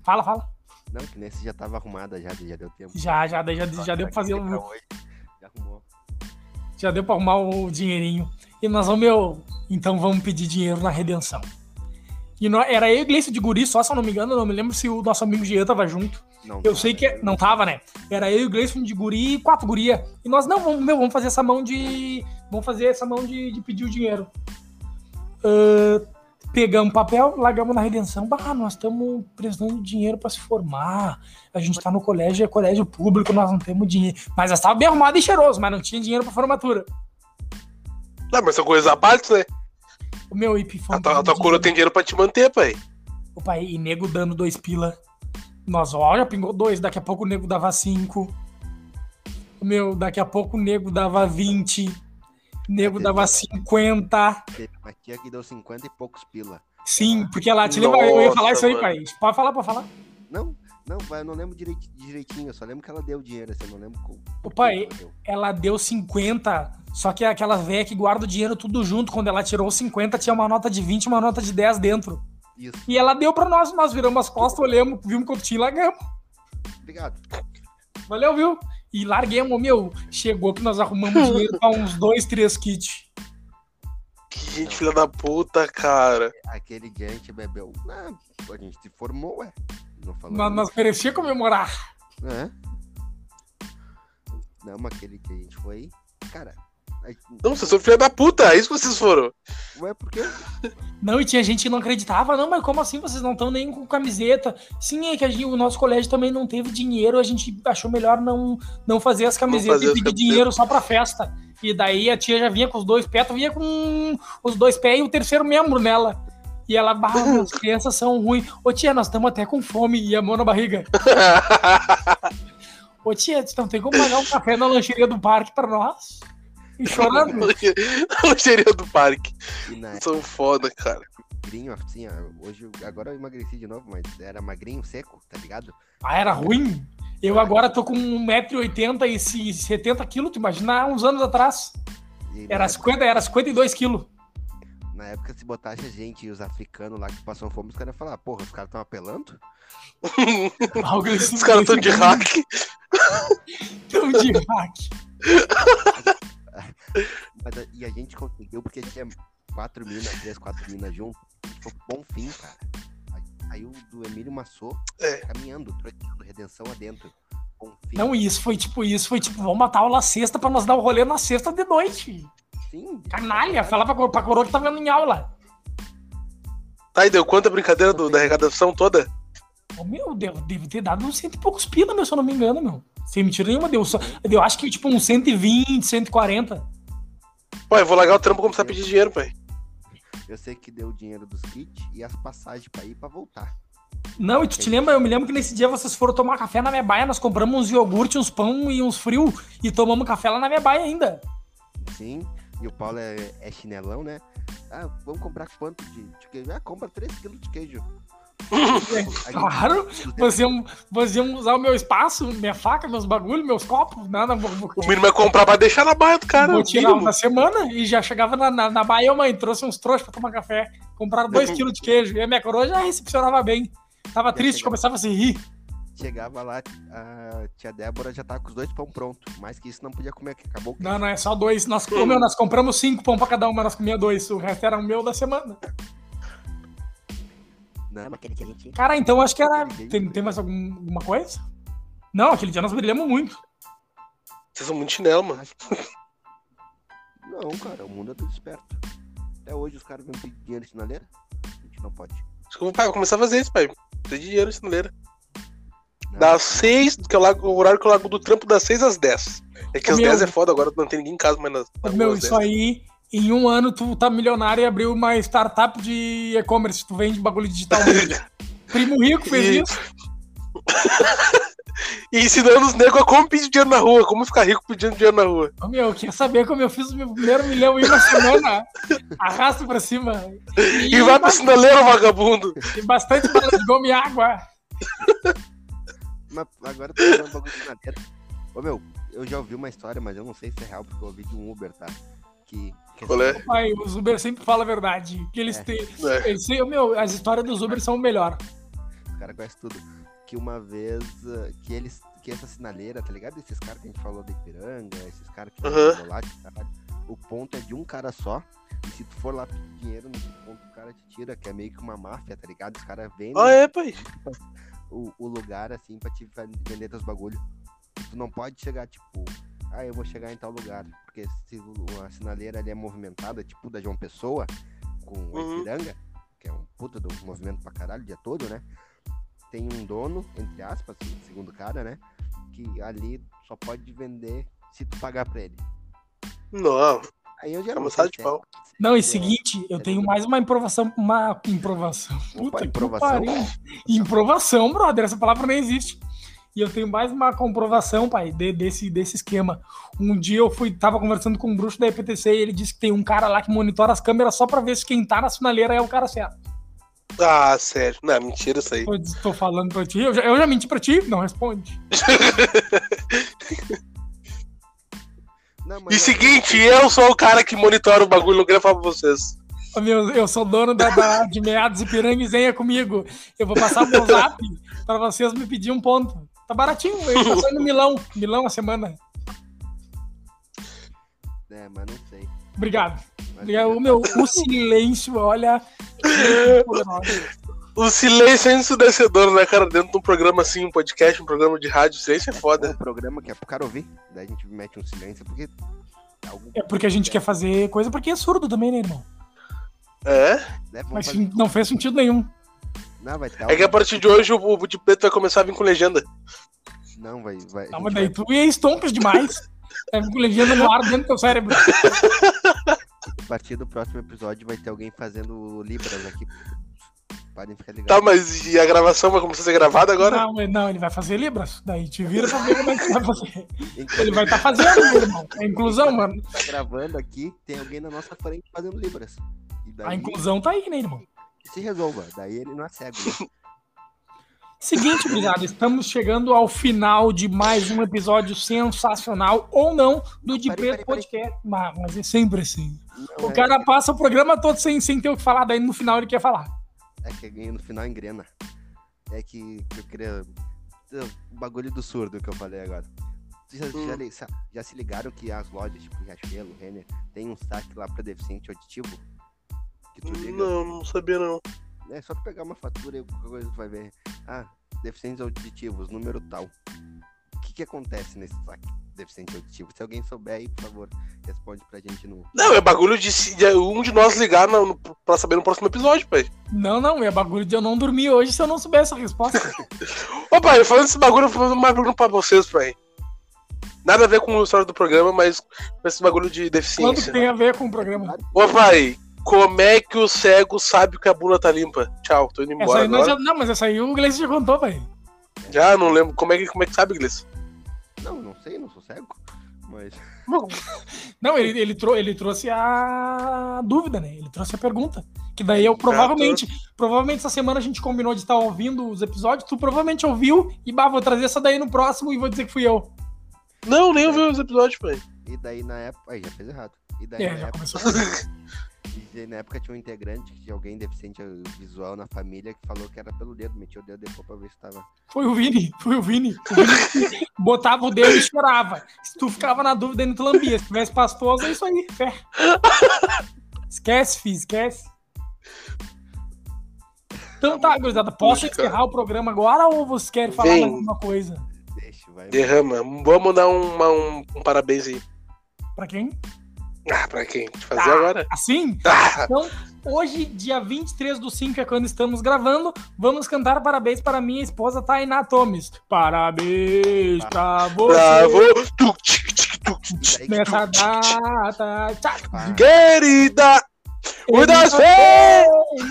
B: Fala, fala.
A: Não, que nesse já tava arrumada já, já deu tempo. é
B: Já, já, já, já, já deu pra fazer.
A: Pra
B: um-
A: hoje, Já arrumou.
B: Já deu pra arrumar o dinheirinho. E nós vamos, meu, então vamos pedir dinheiro na redenção. E nó- era eu e Gleice de Guri, só se eu não me engano, eu não me lembro se o nosso amigo Jean tava junto.
A: Não,
B: Eu sei que não tava, né? Era eu e o Gleison de guri e quatro guria. E nós, não, vamos, meu, vamos fazer essa mão de. Vamos fazer essa mão de, de pedir o dinheiro. Ahn, pegamos papel, largamos na redenção. Bah, nós estamos precisando de dinheiro para se formar. A gente tá no colégio, é colégio público, nós não temos dinheiro. Mas nós tava bem arrumado e cheiroso, mas não tinha dinheiro para formatura.
C: Não, mas são coisas à parte, né?
B: O meu um IP
C: A tua, a tua coroa tem dinheiro pra te manter, pai.
B: O pai, e nego dando dois pila. Nós, ó, já pingou dois, daqui a pouco o nego dava cinco. Meu, daqui a pouco o nego dava vinte. Nego dava 50.
A: Mas tinha é que deu 50 e poucos pila.
B: Sim, porque lá te lembra, eu ia falar isso aí,
C: Nossa,
B: pai. Pode falar, pode falar.
A: Não, não, vai, eu não lembro direit- direitinho, eu só lembro que ela deu dinheiro, assim, eu não lembro como.
B: O pai, ela deu 50, só que é aquela velha que guarda o dinheiro tudo junto. Quando ela tirou os 50, tinha uma nota de 20 e uma nota de 10 dentro.
A: Isso,
B: E ela deu pra nós, nós viramos as costas, olhamos, vimos quanto tinha e largamos.
A: obrigado.
B: Valeu, viu? E larguemos, meu. Chegou que nós arrumamos dinheiro pra uns dois, três kits.
C: Que gente, filha da puta, cara.
A: Aquele dia a gente bebeu. Ah, a gente se formou, ué. Não falou.
B: Nós, nós merecia comemorar.
A: É. Não, mas aquele dia a gente foi. Cara, a gente-
C: Não, vocês são filha da puta, é isso que vocês foram.
A: ué, por quê?
B: Não, e tinha gente que não acreditava. Não, mas como assim vocês não estão nem com camiseta? Sim, é que a gente- o nosso colégio também não teve dinheiro. A gente achou melhor não, não fazer as camisetas
C: fazer
B: e
C: as
B: pedir
C: camisetas.
B: dinheiro só pra festa. E daí a tia já vinha com os dois pés, tu vinha com os dois pés e o terceiro membro nela. E ela, bah, as crianças são ruins. Ô tia, nós estamos até com fome e a mão na barriga. Ô tia, tu não tem como pagar um café na lancheria do parque pra nós? E
C: [LAUGHS]
B: chorando.
C: Na lancheria do parque.
A: E na
C: São foda, cara.
A: magrinho, assim, ó, hoje, eu- agora eu emagreci de novo, mas era magrinho, seco, tá ligado?
B: Ah, era ruim? Eu agora tô com 1,80m e se- 70kg, tu imagina, há uns anos atrás.
A: E na
B: Era, 50, era
C: [LAUGHS]
B: 52kg.
A: época- Na época, se botasse a gente e os africanos lá que passam fome, os caras iam falar, porra, os caras estão apelando?
C: Os caras tão de hack.
B: assim. Tão de hack.
A: Mas a- e a gente conseguiu porque tinha quatro minas, três, quatro minas junto. A gente foi pro bom fim, cara. Aí saiu do Emílio Massô
C: É.
A: caminhando, trocando redenção adentro. Bom fim.
B: Não, isso foi tipo, isso foi tipo, vamos matar aula sexta pra nós dar o rolê na sexta de noite.
A: Sim.
B: Canalha, fala pra, cor- pra coroa que tá vendo em aula.
C: Tá, e deu quanto a brincadeira do- da arrecadação toda?
B: Ô, meu Deus, deve ter dado uns cento e poucos pila, meu, se eu não me engano, meu. Sem mentira nenhuma, deu só. Eu acho que tipo uns 120, 140.
C: Pai, eu vou largar o trampo e começar a pedir dinheiro, pai.
A: Eu sei que deu o dinheiro dos kits e as passagens pra ir e pra voltar.
B: Não, e tu te lembra? Eu me lembro que nesse dia vocês foram tomar café na minha baia, nós compramos uns iogurte, uns pão e uns frio e tomamos café lá na minha baia ainda.
A: Sim. E o Paulo é, é chinelão, né? Ah, vamos comprar quanto de, de queijo? Ah, compra 3 quilos de
B: [LAUGHS]
A: queijo. A gente-
B: Claro, vocês iam, vocês iam usar o meu espaço, minha faca, meus bagulhos, meus copos, nada. Vou, vou,
C: O mínimo é comprar pra deixar na barra do cara.
B: vou
C: o
B: tirar
C: mínimo.
B: uma semana e já chegava na, na, na baia, mãe, trouxe uns trouxas pra tomar café, compraram dois quilos de queijo e a minha coroa já recepcionava bem. Tava triste,
A: chegou.
B: começava a se rir.
A: Chegava lá, a tia Débora já tava com os dois pão pronto. Mais que isso não podia comer, que né? acabou o
B: Não, não, é só dois. Nós, ô, meu, nós compramos cinco pão pra cada uma, nós comíamos dois. O resto era o meu da semana.
A: Não,
D: Caramba, aquele dia a gente.
B: Cara, então acho que era. Tem, tem mais algum- alguma coisa? Não, aquele dia nós brilhamos muito.
C: Vocês são muito chinelo, mano.
A: Não, cara, o mundo é tudo esperto. Até hoje os caras vêm pedir dinheiro em sinaleira. A gente não pode.
C: Acho que eu vou, pai, vou começar a fazer isso, pai. Pedir dinheiro, sinaleira.
A: Não,
C: Das seis, que eu largo, o horário que eu largo do trampo, das seis às dez. É que
B: Ô,
C: às
B: meu.
C: dez é foda, agora não tem ninguém em casa, mas nas, né? na
B: Meu,
C: rua às
B: isso
C: dez.
B: aí, em um ano tu tá milionário e abriu uma startup de e-commerce, tu vende bagulho
C: [LAUGHS]
B: digital. Primo Rico fez
C: E-
B: isso.
C: [LAUGHS] E ensinando os negros a como pedir dinheiro na rua, como ficar rico pedindo dinheiro na rua.
B: Ô, Meu, quer saber como eu fiz o meu primeiro milhão em uma semana? Arrasta pra cima.
C: E vai pro
B: ba-
C: sinaleiro, vagabundo.
B: e bastante bala de goma e água.
A: Mas agora eu tô fazendo um bagulho de sinaleira. Ô meu, eu já ouvi uma história, mas eu não sei se é real, porque eu ouvi de um Uber, tá? Que. que
C: Qual é?
B: Pai, os Uber sempre falam a verdade. Que eles têm.
C: É.
B: Eles têm- meu, as histórias dos Uber são o melhor.
A: O cara conhece tudo. Que uma vez ah, que eles que essa sinaleira, tá ligado? Esses caras que a gente falou da Ipiranga, esses caras que
C: Aham.
A: vendem chocolate, caralho. o ponto é de um cara só. E se tu for lá pedir dinheiro nesse ponto, o cara te tira, que é meio que uma máfia, tá ligado? Os caras vendem
C: Ah, é, pai.
A: o, o lugar, assim, pra te ven- vender teus bagulho. Tu não pode chegar, tipo, ah, eu vou chegar em tal lugar. Porque se o- a sinaleira ali é movimentada, tipo da João Pessoa, com a
C: Uhum.
A: Ipiranga, que é um puta do movimento pra caralho o dia todo, né? Tem um dono, entre aspas, o segundo cara, né? Que ali só pode vender se tu pagar pra ele.
C: Não,
A: Aí eu já
C: é
A: não
C: uma
A: sei
C: sala
A: se
C: de
A: é-
C: pau.
B: Não,
A: é-
B: e seguinte, eu tenho mais uma improvação. Uma improvação.
A: Opa,
B: Puta
A: improvação.
B: que pariu. Improvação, brother. Essa palavra nem existe. E eu tenho mais uma comprovação, pai, de- desse, desse esquema. Um dia eu fui, tava conversando com um bruxo da EPTC e ele disse que tem um cara lá que monitora as câmeras só pra ver se quem tá na sinaleira é o cara certo.
C: Ah, sério. Não, mentira isso aí.
B: Eu disse, tô falando pra ti. Eu já, eu já menti pra ti? Não responde.
A: Não, mas é
C: E
A: não,
C: seguinte, eu sou o cara que monitora o bagulho, não queria falar pra vocês.
B: Ô, Meu, eu sou dono da, da- de meados e pirangues, venha comigo. Eu vou passar o meu zap pra vocês me pedir um ponto. Tá baratinho, eu tô saindo Milão. Milão a semana.
A: É, mas não sei.
B: Obrigado.
A: Mas-
B: Obrigado. O meu o silêncio, olha. é
C: O silêncio é ensudecedor, né, cara? Dentro de um programa assim, um podcast, um programa de rádio, o silêncio é
A: É
C: foda.
A: um programa que é pro cara ouvir. Daí a gente mete um silêncio, porque. é algo-
B: É porque a gente quer fazer coisa porque é surdo também, né, irmão?
C: É?
A: né, vamos
B: Mas
A: fazer-
B: não fez sentido nenhum.
A: Não, vai ter
C: É que a partir de hoje o, o de preto vai começar a vir com legenda.
A: Não, vai. vai, a
B: Tá,
A: gente
B: mas
A: vai-
B: daí tu é
A: [LAUGHS]
B: estompas demais. Tá com legenda no ar dentro do teu cérebro.
A: A partir do próximo episódio vai ter alguém fazendo Libras aqui. Podem ficar ligados.
C: Tá, mas e a gravação vai começar a ser gravada agora?
B: Não, não, ele vai fazer Libras. Daí te vira pra ver como é que tu vai fazer.
A: Enquanto
B: Ele vai estar fazendo, meu irmão. É inclusão, mano.
A: a gente tá gravando aqui, tem alguém na nossa frente fazendo Libras. E
B: A
A: daí
B: inclusão tá aí, né, irmão?
A: se resolva. Daí ele não é cego. né?
B: Seguinte, gurizada, estamos chegando ao final de mais um episódio sensacional, ou não, do De
A: Peraí, peraí, peraí.
B: Preto Podcast. Ah, mas é sempre assim.
A: Não,
B: [LAUGHS] O
A: é-
B: cara passa o programa todo sem, sem ter o que falar, daí no final ele quer falar.
A: É que alguém no final engrena. É que eu queria. O bagulho do surdo que eu falei agora. Vocês já,
C: Hum.
A: já li- sa- já se ligaram que as lojas, tipo Riachuelo, Renner, tem um saque lá pra deficiente auditivo? Que tu liga.
C: Não, não sabia não.
A: É só tu pegar uma fatura e qualquer coisa tu vai ver. Ah, deficientes auditivos, número tal. O que, que acontece nesse saque deficiente auditivo? Se alguém souber aí, por favor, responde pra gente no.
C: Não, é bagulho de, se- de um de nós ligar no, no- pra saber no próximo episódio, pai.
B: Não, não, é bagulho de eu não dormir hoje se eu não souber essa [LAUGHS] resposta.
C: Ô, pai, falando desse bagulho, eu vou fazer uma pergunta pra vocês, pai. Nada a ver com a história do programa, mas com esse bagulho de
B: Quanto
C: deficiência.
B: que tem a ver com o programa?
C: Ô, pai, como é que o cego sabe que a bula tá limpa? Tchau, tô indo
B: Essa
C: embora
B: aí nós
C: agora.
B: já- não, mas essa aí o Gleice já contou, velho.
C: Já, não lembro. Como é que, como é que sabe, Gleice?
A: Não, não sei, não sou cego. Mas. [LAUGHS]
B: Não, ele, ele, trou ele trouxe a dúvida, né? Ele trouxe a pergunta. Que daí eu
C: Já
B: provavelmente, provavelmente essa semana a gente combinou de estar ouvindo os episódios, tu provavelmente ouviu, e bah, vou trazer essa daí no próximo e vou dizer que fui eu.
C: Não, nem ouvi os episódios, pai.
A: E daí na época. Aí já fez errado. E daí
B: É,
A: na
B: já
A: época.
B: começou.
A: E aí, na época tinha um integrante de alguém deficiente visual na família que falou que era pelo dedo, metia o dedo depois pra ver se tava.
B: Foi o Vini, foi o Vini. O Vini [LAUGHS] botava o dedo e chorava. Se tu ficava na dúvida, ele tu lambia. Se tivesse pastoso, é isso aí, fé. Esquece, fi, esquece. Então tá, gurizada, posso
C: Muito, cara.
B: encerrar o programa agora ou vocês querem falar
C: Vem.
B: mais alguma coisa?
A: Deixa, vai.
C: Derrama. Vamos dar uma- um, um parabéns aí.
B: Pra quem?
C: Ah, pra quem? Te fazer
B: Tá.
C: agora?
B: Assim?
C: Ah,
B: Então, hoje, dia 23 do 5, é quando estamos gravando, vamos cantar parabéns para minha esposa Tainá Tomes. Parabéns pra você
C: bravo. Tu, tic, tic, tu, tic, tic.
A: Daí,
B: nessa data. Tchau.
A: Ah,
C: Querida, Muitas
B: Felicidades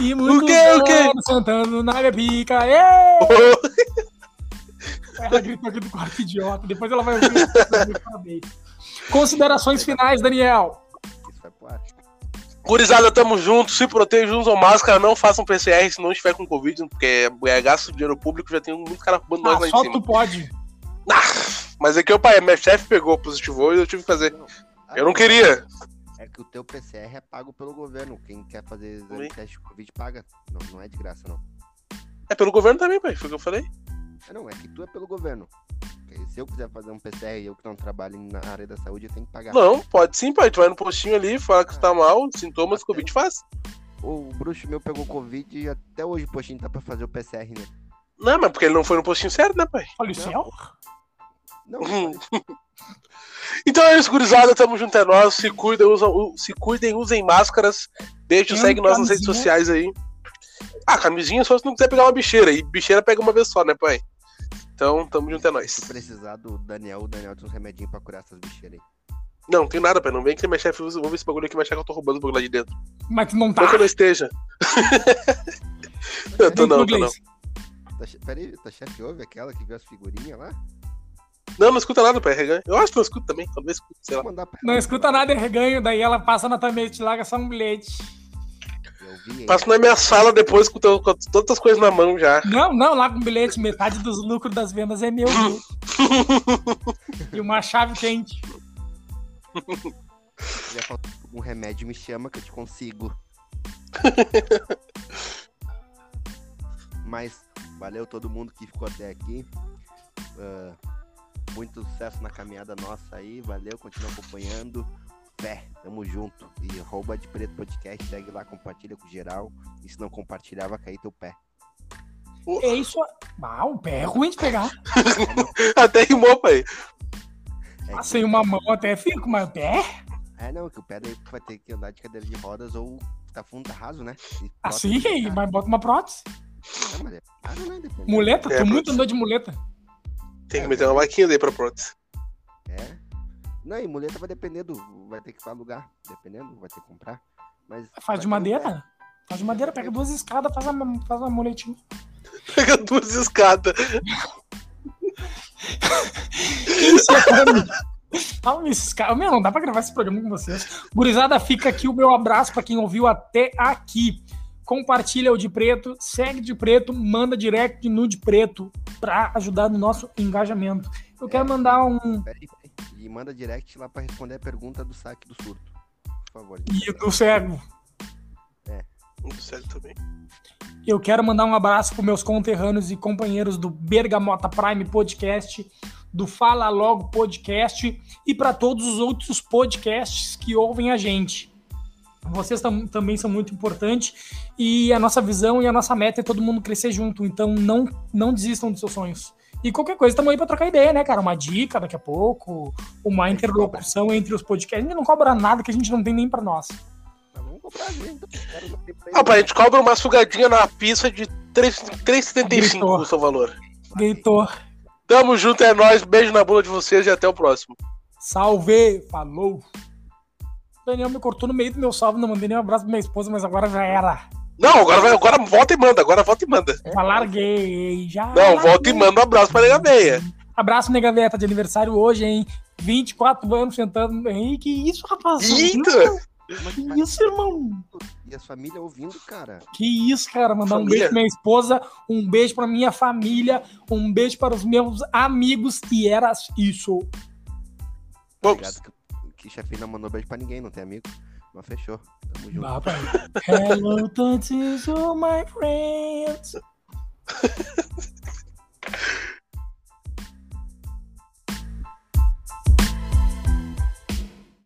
B: e muitos
C: O quê? O quê?
B: anos sentando na minha pica. Ê!
C: ô,
B: Ela gritou aqui do quarto idiota. Depois ela vai ouvir. Parabéns.
C: É.
B: Considerações finais, Daniel.
A: isso vai pro ar.
C: gurizada, tamo junto. Se protejam, usam máscara. Não façam PCR se não estiver com Covid, porque é gasto de dinheiro público. Já tem um, muito cara roubando nós
B: Ah,
C: lá em
B: só
C: cima.
B: tu pode.
C: Ah, mas é que o pai, minha chefe pegou positivo e eu tive que fazer.
A: Ah,
C: Eu não queria.
A: É que o teu PCR é pago pelo governo. Quem quer fazer exame
C: Oi?
A: de teste de Covid paga. Não, não é de graça, não.
C: É pelo governo também, pai. Foi o que eu falei.
A: Ah, Não, é que tu é pelo governo. Ok, Se eu quiser fazer um PCR e eu que não trabalho na área da saúde, eu tenho que pagar.
C: Não, pode sim, pai. Tu vai no postinho ali, fala que tu tá mal, sintomas, Covid faz.
A: O bruxo meu pegou Covid e até hoje o postinho tá pra fazer o PCR, né?
C: Não, mas porque ele não foi no postinho certo, né, pai? [LAUGHS]
B: Olha o céu.
A: Não,
C: Hum. Então é isso, gurizada. Tamo junto, é nós. Se cuidem, usam, se cuidem, usem máscaras. Deixa,
B: E
C: segue nós nas redes
B: camisinha?
C: sociais aí. Ah, camisinha só se não quiser pegar uma bicheira. E bicheira pega uma vez só, né, pai? Então, tamo junto, é nós.
A: se precisar do Daniel, o Daniel tem uns remedinhos pra curar essas bicheiras aí.
C: Não, tem nada, pai. Não vem que minha chefe usa. Vou ver esse bagulho aqui, minha chefe, eu tô roubando o bagulho lá de dentro.
B: Mas tu não tá.
C: Não que eu não esteja. eu tô
B: Vem
C: não,
B: pro
C: tô não.
B: Gleice.
A: Tá, che- peraí, tá chefe ouve aquela que viu as figurinhas lá?
C: Não, não escuta nada, pai. é Eu acho que não escuta também. Talvez escute, sei lá.
A: Vou mandar pra
B: Não
A: ela.
B: escuta nada, é reganho. Daí ela passa na tua mente e larga só um bilhete.
A: Eu vi, hein?
C: Passo na minha sala depois com, to- com todas as coisas na mão já.
B: Não, não, larga um bilhete. Metade dos lucros das vendas é meu.
C: [LAUGHS]
B: viu? e uma chave quente.
A: Se tiver faltando algum um remédio, me chama que eu te consigo. Mas valeu todo mundo que ficou até aqui. Ah, muito sucesso na caminhada nossa aí. Valeu, continua acompanhando. Fé, tamo junto. E rouba de preto podcast, segue lá, compartilha com geral. E se não compartilhar, vai cair teu pé.
B: É isso. Ah, o pé é ruim de pegar.
C: Até rimou, pai.
A: É,
B: Ah,
A: que-
B: Sem uma mão até fico, mas o pé?
A: é não, que o pé daí vai ter que andar de cadeira de rodas ou tá fundo, tá raso, né? E bota-
B: Assim, [LAUGHS] mas bota uma prótese.
A: Ah, mas é caro, né? Dependendo.
B: Muleta,
C: É,
B: tu muito
C: prótese.
B: andou de muleta.
C: Tem que meter uma vaquinha daí pra prótese. [LAUGHS]
A: É. Não, e muleta vai depender do. Vai ter que alugar, dependendo, vai ter que comprar. Mas vai
B: Faz de
A: ter um pé.
B: madeira. Faz de madeira, pega duas escadas, faz uma, faz uma muletinha.
C: Pega duas escadas.
B: Fala esses caras. Meu, não dá pra gravar esse programa com vocês. Gurizada, fica aqui o meu abraço pra quem ouviu até aqui. Compartilha o de preto, segue de preto, manda direct no de preto pra ajudar no nosso engajamento. Eu quero mandar um.
A: Peraí, peraí. E manda direct lá pra responder a pergunta do saque do surto. Por favor.
B: E do cego.
C: Sério também.
B: Eu quero mandar um abraço para meus conterrâneos e companheiros do Bergamota Prime Podcast, do Fala Logo Podcast e para todos os outros podcasts que ouvem a gente. Vocês tam- também são muito importantes e a nossa visão e a nossa meta é todo mundo crescer junto, então não, não desistam dos seus sonhos. E qualquer coisa, estamos aí para trocar ideia, né, cara? Uma dica daqui a pouco, uma interlocução entre os podcasts. A gente não cobra nada que a gente não tem nem para nós.
A: Mas vamos comprar a gente. então. Quero não ter pra
C: Ah, pai, a
A: ele.
C: gente cobra uma sugadinha na pista de 3 3,75
B: Gritou.
C: o seu valor.
B: Gaitor,
C: Tamo junto, é nóis. Beijo na bunda de vocês e até o próximo.
B: Salve! Falou! O Daniel me cortou no meio do meu salve, não mandei nem um abraço pra minha esposa, mas agora já era.
C: Não, agora, vai, agora volta e manda. Agora volta e manda.
B: Já larguei, já.
C: Não, volta
B: larguei.
C: e manda um abraço pra nega meia.
B: Abraço, nega velha, tá de aniversário hoje, hein? 24 anos sentando. Ei, que isso, rapaz?
C: Eita!
A: Mas-
B: Que
A: mas-
B: isso, irmão?
A: E as família ouvindo, cara. tá
B: Que isso, cara? Mandar um
C: Família.
B: beijo pra minha esposa, um beijo pra minha família, um beijo para os meus amigos, e era isso.
C: Vamos.
A: Obrigado que, que chefe não mandou beijo pra ninguém, não tem amigo. Mas fechou. Tamo junto.
C: [LAUGHS]
B: Dá pra ir. Hello, Tantizo, my friends.